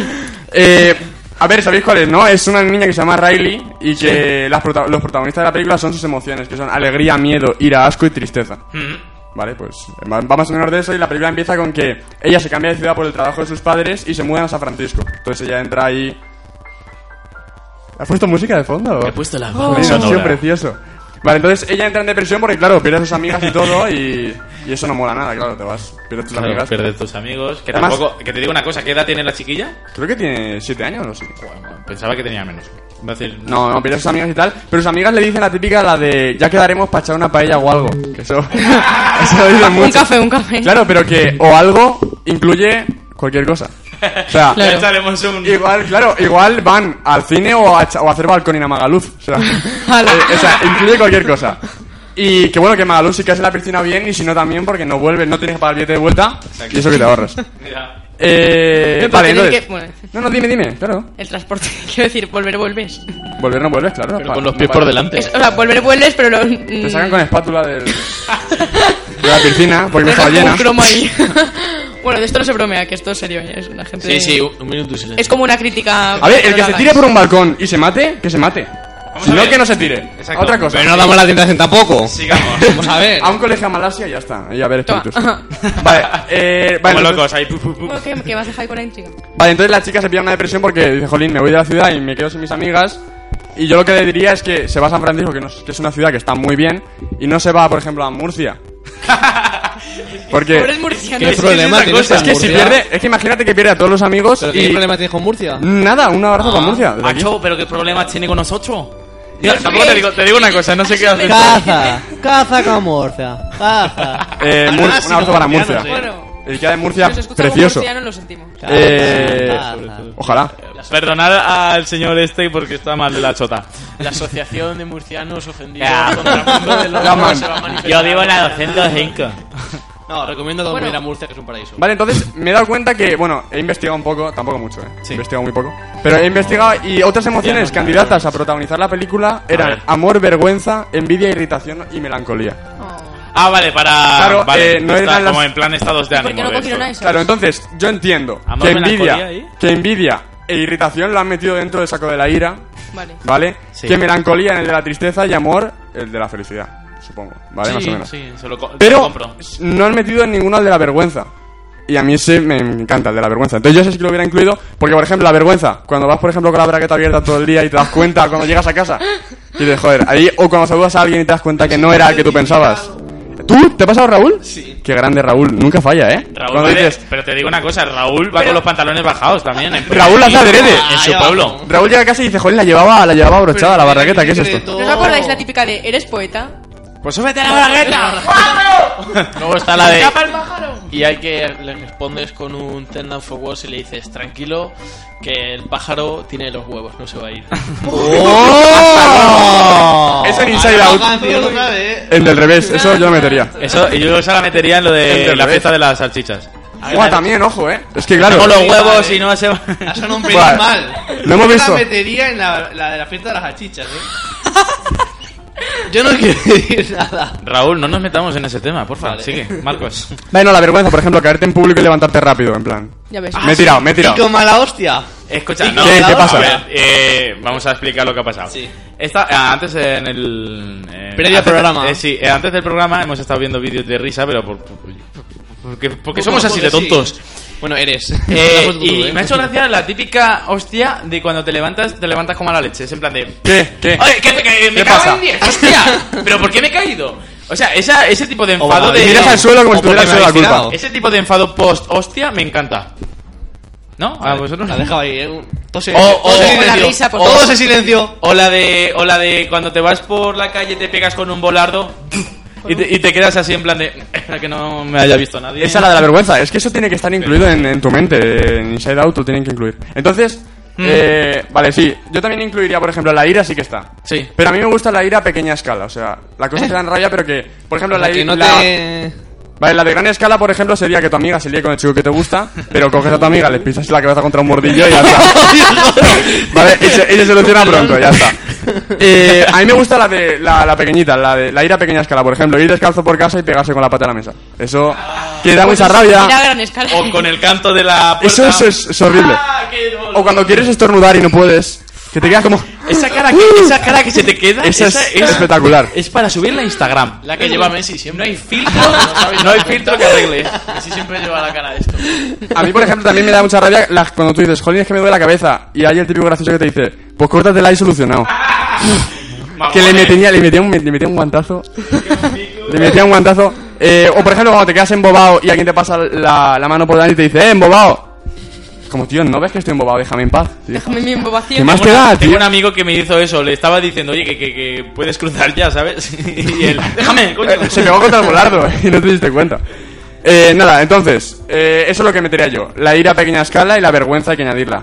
eh, a ver, ¿sabéis cuál es, no? Es una niña que se llama Riley y que las prota- los protagonistas de la película son sus emociones, que son alegría, miedo, ira, asco y tristeza.
Mm.
Vale, pues va va más o menos de eso y la película empieza con que ella se cambia de ciudad por el trabajo de sus padres y se mudan a San Francisco. Entonces ella entra ahí... ¿Has puesto música de fondo?
He puesto la
Una
banda
diversión
sonora.
precioso. Vale, entonces ella entra en depresión porque, claro, pierde a sus amigas y todo y, y eso no mola nada, claro, te vas. Pierdes tus
Claro,
amigas.
pierdes tus amigos. Que
Además-
tampoco. Que te digo una cosa, ¿qué edad tiene la chiquilla?
Creo que tiene 7 años o sí.
Pensaba que tenía menos. Va a decir-
No, no, pierde a sus amigas y tal. Pero sus amigas le dicen la típica, la de ya quedaremos para echar una paella o algo. Que eso, eso lo dicen mucho.
Un café, un café.
Claro, pero que o algo incluye cualquier cosa. O sea,
Ya echaremos un.
Igual, claro, igual van al cine o a, cha- o a hacer balcón y a Magaluf. O sea, eh, o sea, incluye cualquier cosa. Y que bueno que Magaluf sí que hace la piscina bien y si no también porque no vuelves, no tienes que pagar el billete de vuelta y eso que te ahorras.
Mira.
Eh,
Pero
vale,
tienes
entonces...
que- bueno,
No, no, dime, dime, claro.
el transporte, quiero decir, volver vuelves.
Volver no vuelves, claro.
con los pies por delante.
Es- o sea, volver vuelves, pero lo,
Te
mm,
sacan con espátula del, de la piscina porque no estaba
dejas
llena.
un cromo ahí. bueno, de esto no se bromea, que esto es serio, ¿eh? es una gente...
Sí, sí, un un minuto de silencio.
Es como una crítica... ¿eh?
A ver, el
no
que
lo
se
hagáis.
tire por un balcón y se mate, que se mate. Si
a
no,
ver.
que no se tire.
Exacto.
Otra cosa.
Pero no damos la tentación tampoco. Ah,
Sigamos.
Vamos a ver.
A un colegio a Malasia y ya está. Ahí a ver
Toma.
espíritus. Vale, eh, vale,
Como
entonces-
locos, ahí. pu, pu, pu.
Bueno, ¿qué, qué vas a dejar con la intriga?
vale, entonces la chica se pilla una depresión porque dice, jolín, me voy de la ciudad y me quedo sin mis amigas. Y yo lo que le diría es que se va a San Francisco, que, no es- que es una ciudad que está muy bien, y no se va, por ejemplo, a Murcia. Porque
Pobres murcianos.
¿Qué problema
otra
tienes
cosa,
con
es que si
Murcia?
pierde, es que imagínate que pierde a todos los amigos
¿Pero Ah. qué
y
problema tienes con Murcia?
nada, un abrazo para Murcia. desde aquí.
Macho, pero qué problemas tiene con nosotros. Mira, tampoco te digo, te digo una cosa, no sé qué hacer.
Caza, caza con Murcia, caza.
Eh, Mur-
Ah, sí,
un abrazo para
murcianos,
Murcia.
sí.
Bueno.
El que de Murcia,
Nos escuchamos
precioso.
murcianos, lo sentimos.
Eh,
Caza.
ojalá.
Perdonad al señor este porque está mal de la chota.
La asociación de murcianos ofendidos
Ya.
contra el mundo del
Ya,
otro
man.
se va a manifestar.
Yo vivo en la 205.
No, recomiendo que
Bueno.
venir a Murcia, que es un paraíso.
Vale, entonces me he dado cuenta que, bueno, he investigado un poco, tampoco mucho, ¿eh? He investigado muy poco. Pero he investigado y otras emociones candidatas a protagonizar la película eran
ver.
amor, vergüenza, envidia, irritación y
Oh.
melancolía.
Ah, vale, para.
Claro,
vale,
eh, no
está
eran las-
como en plan estados de
¿Por
ánimo.
qué no
de
cogieron
esto.
a eso?
Claro, entonces yo entiendo
Amor,
que
melancolía
envidia,
ahí.
que envidia e irritación lo han metido dentro del saco de la ira,
Vale.
¿vale?
Sí.
Que melancolía en el de la tristeza y amor el de la felicidad, supongo, ¿vale? Más o menos.
Sí, se lo, co- se lo
Pero
compro.
no han metido en ninguno al de la vergüenza. Y a mí ese me encanta, el de la vergüenza. Entonces yo sé si lo hubiera incluido, porque por ejemplo, la vergüenza, cuando vas por ejemplo con la bragueta abierta todo el día y te das cuenta cuando llegas a casa, y dices, joder, ahí, o cuando saludas a alguien y te das cuenta que no era el que tú pensabas. ¿Tú? ¿Te ha pasado Raúl? Sí. Qué grande Raúl, nunca falla, ¿eh?
Raúl,
cuando
va de-
dices,
pero te digo una cosa, Raúl va con los pantalones bajados también. en-
Raúl hace adrede.
En su
Ah, ya
pueblo.
Raúl llega a casa y dice, joder, la llevaba, la llevaba abrochada la barraqueta, ¿qué es esto?
¿No os acordáis la típica de eres poeta?
Pues súbete a la bragueta.
Luego está la de. Y hay que le respondes con un ten down for words y le dices tranquilo que el pájaro tiene los huevos, no se va a ir.
¡Oh! es el Inside Out,
eh.
el del revés, eso yo lo metería.
Eso, y yo esa la metería en lo de
Entonces,
la fiesta de las salchichas.
Buah, también, ojo, ¿eh? Es que claro...
Con los huevos y no se va.
Ah, Son un
pelín Vale. mal. Lo hemos Yo la visto.
metería en la, de la fiesta de las eh. hachichas, ¿eh? Yo no quiero decir nada.
Raúl, no nos metamos en ese tema, porfa. Sigue, Marcos.
Bueno, la vergüenza, por ejemplo, caerte en público y levantarte rápido, en plan.
Ya ves.
Ah, Me he tirado, me he
Y
tirado.
con mala hostia.
Escucha,
no, ¿Qué- qué pasa?
a ver, eh, vamos a explicar lo que ha pasado. Esta, ah, antes en el. eh,
Previo
antes-
programa.
eh, sí, eh, antes del programa hemos estado viendo vídeos de risa, pero por- por- porque, porque somos así de tontos.
Bueno, eres.
Eh,
Tú,
y
¿eh?
me ha hecho gracia la típica hostia de cuando te levantas, te levantas como a la leche. Es en plan de.
¿Qué? ¿Qué?
¡Oye, que, que me
¿Qué
cago
pasa?
en diez! ¡Hostia! ¿Pero por qué me he caído? O sea, esa, ese tipo de enfado
va, eh.
de.
Oh, Miras al suelo como si
O porque
tuviera
me
la
habéis
culpa.
tirado.
Ese tipo de enfado post-hostia me encanta. ¿No? ¿A vosotros?
La dejaba ahí, ¿eh? Un- Todo se-
O- o-
todo se
o-
silenció.
la risa, por
Todo
favor.
se silenció.
O la de, o la de cuando te vas por la calle te pegas con un bolardo y te, y te quedas así en plan de espera que no me haya visto nadie.
Esa es la de la vergüenza. Es que eso tiene que estar incluido en, en tu mente. En Inside Out lo tienen que incluir. Entonces,
Mm.
Eh, vale, sí. Yo también incluiría, por ejemplo, la ira sí que está.
Sí.
Pero a mí me gusta la ira a pequeña escala. O sea, la cosa que dan rabia, pero que. Por ejemplo, la
La que
ira.
no
la-
te-
Vale, la de gran escala, por ejemplo, sería que tu amiga se líe con el chico que te gusta, pero coges a tu amiga, le pisas la cabeza contra un mordillo y ya está. vale, y se, y se soluciona pronto, ya está. Eh, a mí me gusta la de la, la pequeñita, la de la ira a pequeña escala, por ejemplo, ir descalzo por casa y pegarse con la pata a la mesa. Eso que da mucha rabia.
O con el canto de la puerta.
Eso,
Ah,
eso es, es horrible. o cuando quieres estornudar y no puedes, que te quedas como
Esa cara que, esa cara que se te queda.
Esa es espectacular.
Es para subirla a Instagram.
La que lleva Messi siempre. No hay filtro,
No hay filtro que arregle.
Messi siempre lleva la cara de esto.
A mí, por ejemplo, también me da mucha rabia las- cuando tú dices, jolín, es que me duele la cabeza. Y hay el típico gracioso que te dice, pues córtatela y solucionado. que le metía, le metía, un, le metía un guantazo. le metía un guantazo. Eh, o, por ejemplo, cuando te quedas embobado y alguien te pasa la, la mano por delante y te dice, eh, embobado. Como, tío, ¿no ves que estoy embobado? Déjame en paz. tío".
Déjame mi embobación.
¿Qué más te
Tengo
da,
un- Tengo
tío?
un amigo que me hizo eso, le estaba diciendo, oye, que, que- que puedes cruzar ya, ¿sabes? Y él, déjame, coño.
Eh, Se pegó contra el volardo y no te diste cuenta. Eh, nada, entonces, eh, eso es lo que metería yo. La ira a pequeña escala y la vergüenza hay que añadirla.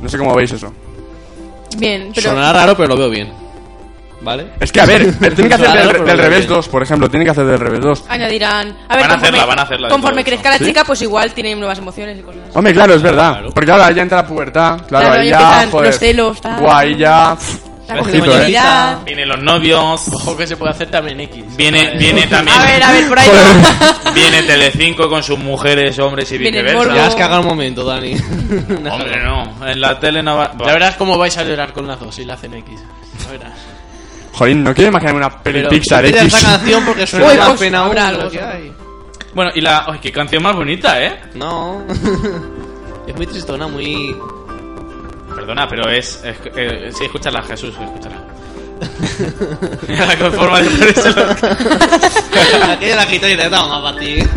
No sé cómo veis eso.
Bien, pero.
Sonará raro, pero lo veo bien. ¿Vale?
Es que, a ver, tienen que hacer
Sonará
del,
raro, pero
del
lo veo
revés
bien.
2, por ejemplo. Tienen que hacer del revés 2.
Añadirán. A ver,
Van a
conforme,
hacerla, van a hacerla
conforme
dentro de
crezca la
¿Sí? Oh.
chica, pues igual tiene nuevas emociones y cosas.
Hombre, claro, es verdad. Porque ahora ya entra la pubertad. Claro,
Claro,
ahí
ya
ya,
empiezan
joder.
los celos, tal.
Guay, ya.
La
Ojito,
comunidad.
Vienen los novios,
Ojo que se puede hacer también X.
viene, viene también.
A ver, a ver, por ahí.
Viene Telecinco con sus mujeres, hombres y
Viene el
viceversa.
morbo.
Ya has cagado un momento, Dani.
Hombre, no. En la tele no va.
Ya verás cómo vais a llorar con las dos si la hacen X. Ya verás.
Jolín, no quiero imaginarme una peli
Pero
Pixar
quita
X.
esa canción porque suena
Uy,
más
pues,
pena aún
habrá
de lo
algo,
que
seguro.
hay.
Bueno, y la. ¡Ay, qué canción más bonita, eh!
No. es muy tristona, muy...
Perdona, pero es. es- eh, sí, escúchala, Jesús, escúchala. Mira con forma de ponérselo.
Aquella la guitarra y te da más para ti.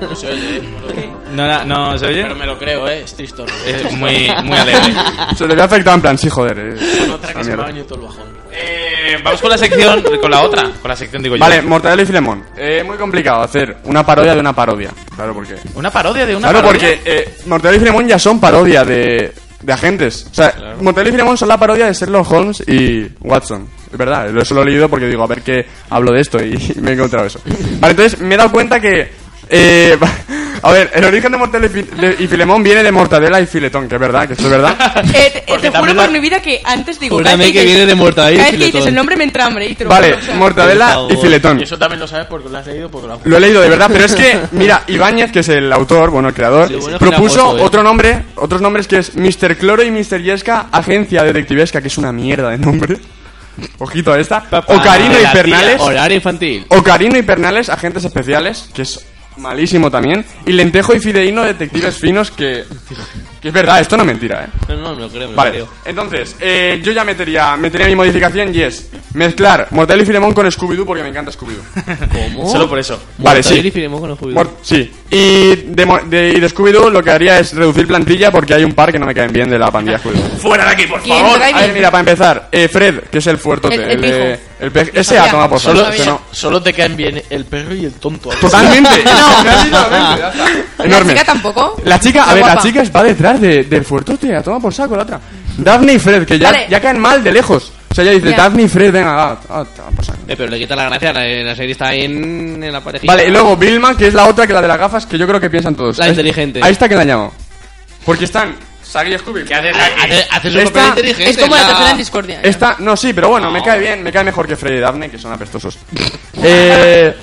No eh, se oye,
No, no, no, ¿se oye?
pero me lo creo, eh. Es triste.
Es muy, muy alegre.
Se le ve afectado en plan, sí, joder. eh,
Otra
una
que se me ha
mierda.
venido todo el bajón.
Eh, vamos con la sección. Con la otra. Con la sección, digo yo.
Vale, Mortadelo y Filemón. Es muy complicado hacer una parodia de una parodia. Claro, porque.
Una parodia de una
Claro,
parodia.
porque eh, Mortadelo y Filemón ya son parodia de, de agentes. O sea, Mortadelo y Filemón son la parodia de Sherlock Holmes y Watson. Es verdad, lo solo he leído porque digo, a ver qué hablo de esto y me he encontrado eso. Vale, entonces me he dado cuenta que. eh, a ver, el origen de Mortadelo y, Fi- de- y Filemón viene de Mortadela y Filetón, que es verdad, que eso es verdad.
Eh, te- te juro
Porque también
por
la-
mi vida que antes digo.
Júrame
cada vez
que
dices-
viene de Mortadelo y
Cada vez que
Filetón.
dices el nombre me entra hambre y te lo
Vale,
juro, o sea,
Mortadela y Filetón.
Y eso también lo sabes porque lo has leído porque lo has
Lo he leído de verdad, pero es que, mira, Ibáñez, que es el autor, bueno, el creador,
Sí, bueno,
propuso
que la foto, eh.
otro nombre, otros nombres que es Mr. Cloro y Mr. Yesca, agencia detectivesca, que es una mierda de nombre. Ojito a esta. Ocarino y Pernales.
Ah, Horario infantil.
Ocarino y Pernales, agentes especiales, que es malísimo también. Y Lentejo y Fideíno, detectives finos, que. Que es verdad, esto no es mentira, eh.
No, no, me lo creo, me lo
Vale,
creo.
entonces, eh, yo ya metería, metería mi modificación y es mezclar Mortadelo y Filemón con Scooby-Doo porque me encanta Scooby-Doo.
¿Cómo?
Uh. Solo por eso.
Vale,
Mortadelo
sí.
y Filemón con los jubilados.
Mor- sí. Y de, Mo- de, y de Scooby-Doo lo que haría es reducir plantilla porque hay un par que no me caen bien de la pandilla Scooby-Doo.
¡Fuera de aquí, por
¿Quién
favor!
trae
A ver,
bien?
mira, para empezar, eh, Fred, que es el fuertote.
El- el pijo.
eh, el pe- Ese
sabía.
a toma por
Solo,
saco, ese no.
solo te caen bien el perro y el tonto.
Totalmente. Totalmente, ya está.
¿La
Enorme.
chica tampoco?
La chica, a
Está
ver, la
guapa.
chica es- va detrás de, del fuertote, a toma por saco la otra. Daphne y Fred, que ya,
Vale.
ya caen mal de lejos. O sea, ella dice,
Ya.
Daphne y Fred, venga, va, a tomar por saco.
Eh, pero le quita la gracia, la, la serie está en, en la parejita.
Vale, y luego Vilma, que es la otra que la de las gafas, que yo creo que piensan todos.
La
Es-
inteligente.
A esta que la llamo. Porque están Sagi y Scooby. Ah,
Hace, hace su
Esta-
papel inteligente.
Es como la
la-
tercera en discordia.
Esta, no, sí, pero bueno, me cae bien, me cae mejor que Freddy y Daphne, que son apestosos. Eh,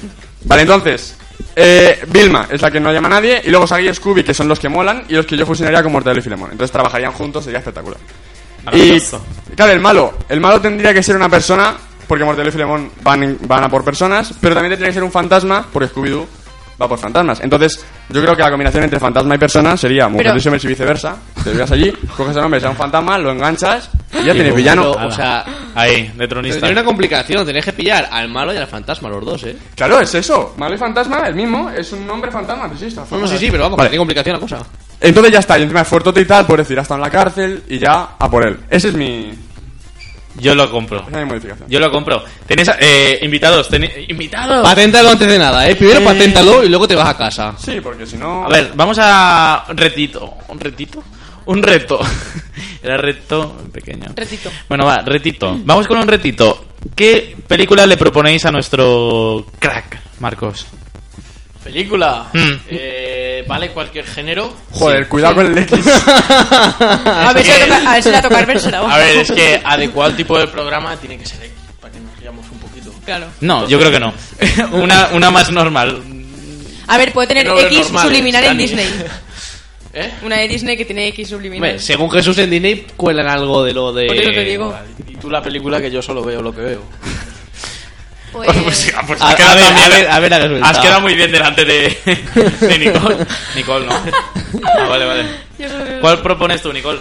vale, entonces, eh, Vilma es la que no llama a nadie, y luego Sagi y Scooby, que son los que molan, y los que yo fusionaría con Mortadelo y Filemón. Entonces trabajarían juntos, sería espectacular. Y,
Maravilloso.
claro, el malo, el malo tendría que ser una persona, porque Mortadelo y Filemón van, en- van a por personas, pero también tendría que ser un fantasma, porque Scooby-Doo va por fantasmas. Entonces, yo creo que la combinación entre fantasma y persona sería Mortadelo y Filemón y viceversa. Te llevas allí, coges a un hombre, sea un fantasma, lo enganchas, y ya tienes
Pero,
villano.
O sea,
Ahí, de
pero
tronista.
tiene una complicación, tenés que pillar al malo y al fantasma, los dos, eh.
Claro, es eso. Malo y fantasma, el mismo, es un nombre fantasma, existe.
No, no, sí, sí, pero vamos,
Vale.
que tiene complicación la cosa.
Entonces ya está, y encima es fuertote y tal, por decir, ha estado en la cárcel y ya a por él. Ese es mi, esa
Yo lo compro.
es mi modificación.
Yo lo compro. Tenéis eh, invitados. tenéis- invitados.
Paténtalo antes de nada, eh. Primero paténtalo y luego te vas a casa.
Sí, porque si no.
A ver, vamos a un retito. ¿Un retito? Un reto. Era reto pequeño.
Retito.
Bueno, va, retito. Vamos con un retito. ¿Qué película le proponéis a nuestro crack, Marcos?
Película.
Mm.
Eh, vale, cualquier género.
Joder, cuidado con el X.
a,
ver si la toca- a ver si la toca Albert, se la va.
A ver, es que adecuado al tipo de programa tiene que ser X, para que nos guiamos un poquito.
Claro.
No, yo creo que no. una, una más normal.
A ver, puede tener
No, no,
X
normal,
subliminal en
Dani.
Disney.
¿Eh?
Una de Disney que tiene X subliminal.
Hombre, según Jesús en Disney cuelan algo de lo de.
Por eso te digo.
Y tú la película que yo solo veo lo que veo.
Pues, pues
Eh, A-
has
a
quedado
ver,
también-
a ver, a ver, a ver,
Has
resultado.
quedado muy bien delante de, de Nicole. Nicole, ¿no? Ah, vale, vale.
Yo solo veo-
¿Cuál propones tú, Nicole?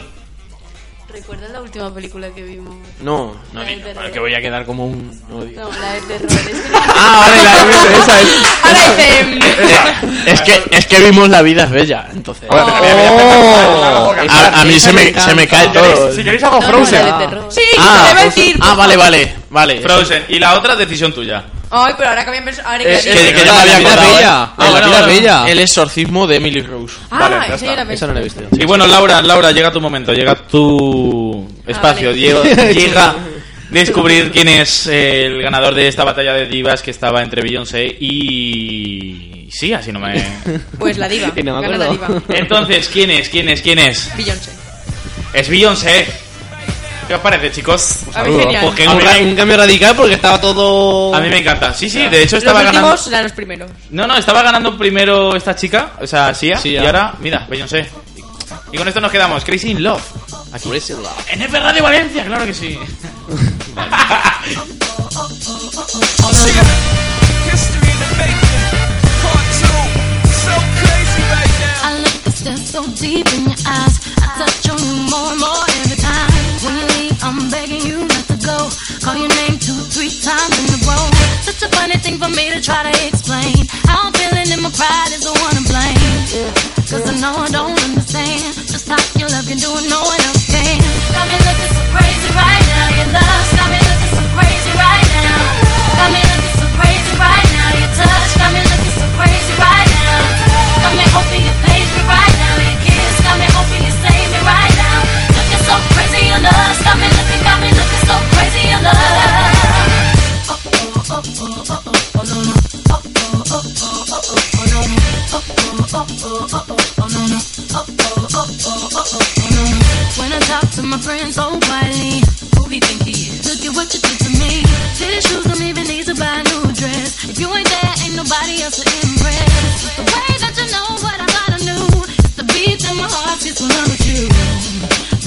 ¿Recuerdas la última película que vimos?
No, no,
La del
niño,
terror.
para que voy a quedar como un. No, digo.
No, la de terror. Es que
Ah, vale, la
esa es.
Ahora dice.
Es que, es que vimos La vida es bella, entonces.
Joder, había- había
Oh.
pensado en algo,
a, a mí se me, se me cae todo.
Si queréis
no,
hago
no,
Frozen.
la de terror.
Sí, que te va a
Frozen.
decir.
Ah, vale, vale, vale.
Frozen. Y la otra decisión tuya.
Ay, pero ahora cambian perso-
Eh,
ahora hay
Es
que-
que, que
que
yo
la
me había
vida
acordado,
bella.
¿eh?
Ah,
El-
bueno,
la vida
bueno.
bella. El exorcismo de Emily Rose.
Ah,
Vale, ya
esa yo
está.
la
Esa no la he visto.
Y bueno, Laura, Laura, llega tu momento, llega tu
Ah,
espacio,
vale.
llega, llega descubrir quién es el ganador de esta batalla de divas que estaba entre Beyoncé y... Sí, así no me...
Pues la diva.
Y no me
gana la
acuerdo.
diva.
Entonces, ¿quién es? ¿Quién es? ¿Quién es?
Beyoncé.
Es Beyoncé. ¿Qué os parece, chicos?
A mí genial.
Porque
Un, ra- un
a
cambio radical porque estaba todo.
mí me encanta. Sí, sí, de hecho
Los
estaba ganando...
últimos eran los primeros.
No, no, estaba ganando primero esta chica, o sea, Sia,
Sia.
y ahora, mira, Beyoncé. Y con esto nos quedamos, Crazy in Love. Aquí. En F Radio Valencia, claro que sí.
I look the steps so deep in your eyes. I touch on you more and more every time. When you leave, I'm begging you not to go. Call your name two, three times in a row. Such a funny thing for me to try to explain. How I'm feeling and my pride is the one to blame. Cause I know I don't understand. Just how you love you doing, no one else can. Got me looking so crazy right now. Your love's got me looking so crazy right now. Got me looking so crazy right now. Your touch got me looking so crazy right now. Got me hoping you praise me right now. Your kiss got me hoping you save me right now. Looking so crazy, your love's got me looking, got me looking so crazy, your love. When I talk to my friends so quietly, who do you think he is? Look at what you did to me. City shoes don't even need to buy a new dress. If you ain't there, ain't nobody else to impress. The way that you know what I thought I knew, the beat in my heart fits when I'm with you.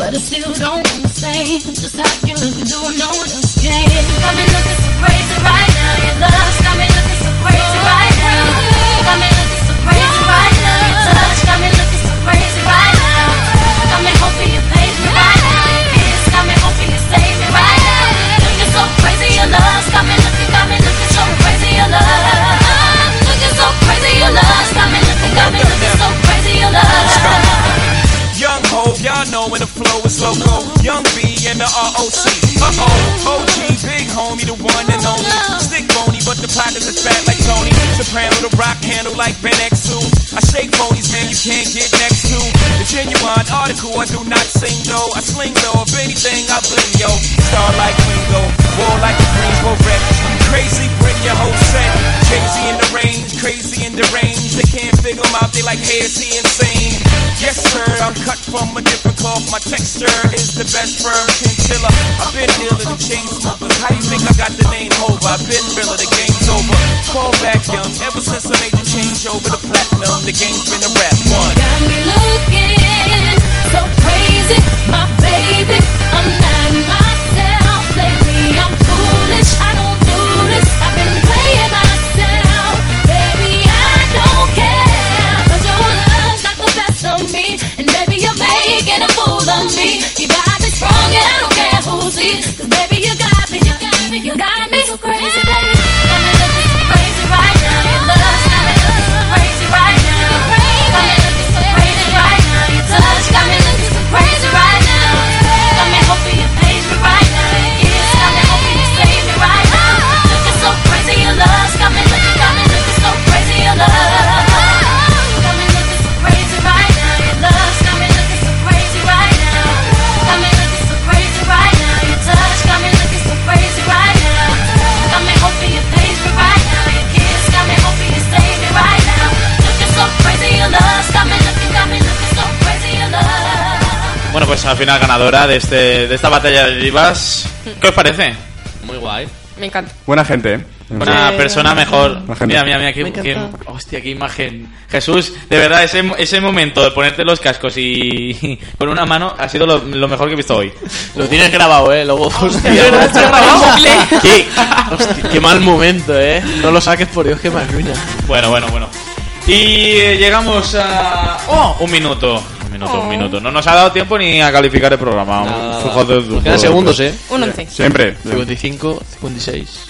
But I still don't understand just how you look and do I know what I'm saying. Got me looking so crazy right now. Your love's got me looking so crazy right now. Got me looking so crazy right now. Your touch got me looking so crazy right now. Got me hoping you pay me right now. Your kiss got me hoping you save me right now. Looking so crazy, your love's got me looking, got me looking so crazy, your love. I'm looking so crazy, your love's got me looking, got me looking so crazy, your love.
Young Hope, y'all know when the flow is loco. Young B and the ROC. Uh oh, OG, big homie, the one and only. Stick bony, but the pot is as fat like Tony. Soprano, the rock handle like Ben X2. I shake ponies, man, you can't get next to. The genuine article, I do not sing though. I sling though, if anything, I bling yo. Star like Ringo, war like a Greenbow wreck. Crazy, bring your whole set. Crazy in the range, crazy in the range. They can't figure him out, they like, hey, is he insane? Yes, sir, I'm cut from a different cloth. My texture is the best firm chinchilla. I've been ill in the chain smokers. How you think I got the name over? I've been realer, the game's over. Call back young, ever since I made the change over the platinum, the game's been a rap one.
Got me looking so crazy, my baby. I'm not myself lately. I'm foolish. I don't do this. I've been playing myself, baby. I don't care, but your love's got the best of me, and baby you're making a fool of me. You got me strong, and I don't care who sees, 'cause baby you got me, you got me, you got me so crazy, baby. Got me looking so crazy right now. Your love's got me looking so crazy right now. Got me
pues al final ganadora de, este, de esta batalla de divas. ¿Qué os parece?
Muy guay.
Me encanta.
Buena gente, ¿eh?
Una
Sí.
persona mejor.
Buena gente.
Mira, mira, mira,
Me
qué, qué-
encanta.
hostia, qué imagen. Jesús, de verdad, ese, ese momento de ponerte los cascos y con una mano ha sido lo, lo mejor que he visto hoy.
Lo tienes grabado, eh, luego.
¿Qué?
Hostia, qué mal momento, eh. No lo saques por Dios, que me arruina.
Bueno, bueno, bueno. Y eh, llegamos a. ¡Oh! Un minuto. Un minuto, un minuto. No nos ha dado tiempo ni a calificar el programa. Joder,
Nos quedan segundos, eh.
Un once.
Siempre.
55, 56.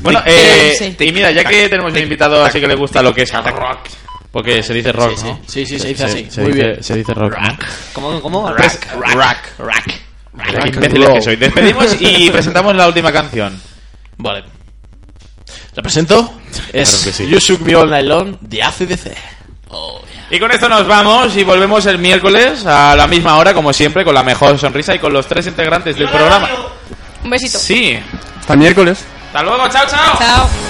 Bueno, eh,
Sí.
y mira, ya que tenemos un invitado así que le gusta lo que es el rock. Porque se dice rock,
Sí, sí.
¿no?
Sí, sí, se dice así.
se
Muy
dice-
bien.
Se dice rock. ¿no?
¿Cómo? ¿Cómo?
Pues, rack, rack, rack. Qué imbéciles que soy. Despedimos y presentamos la última canción.
Vale. ¿La presento? Es
Claro que sí.
You Shook Me All Night Long de ACDC.
Y con esto nos vamos y volvemos el miércoles a la misma hora, como siempre, con la mejor sonrisa y con los tres integrantes del programa.
Un besito.
Sí.
Hasta miércoles.
Hasta luego, chao, chao.
Chao.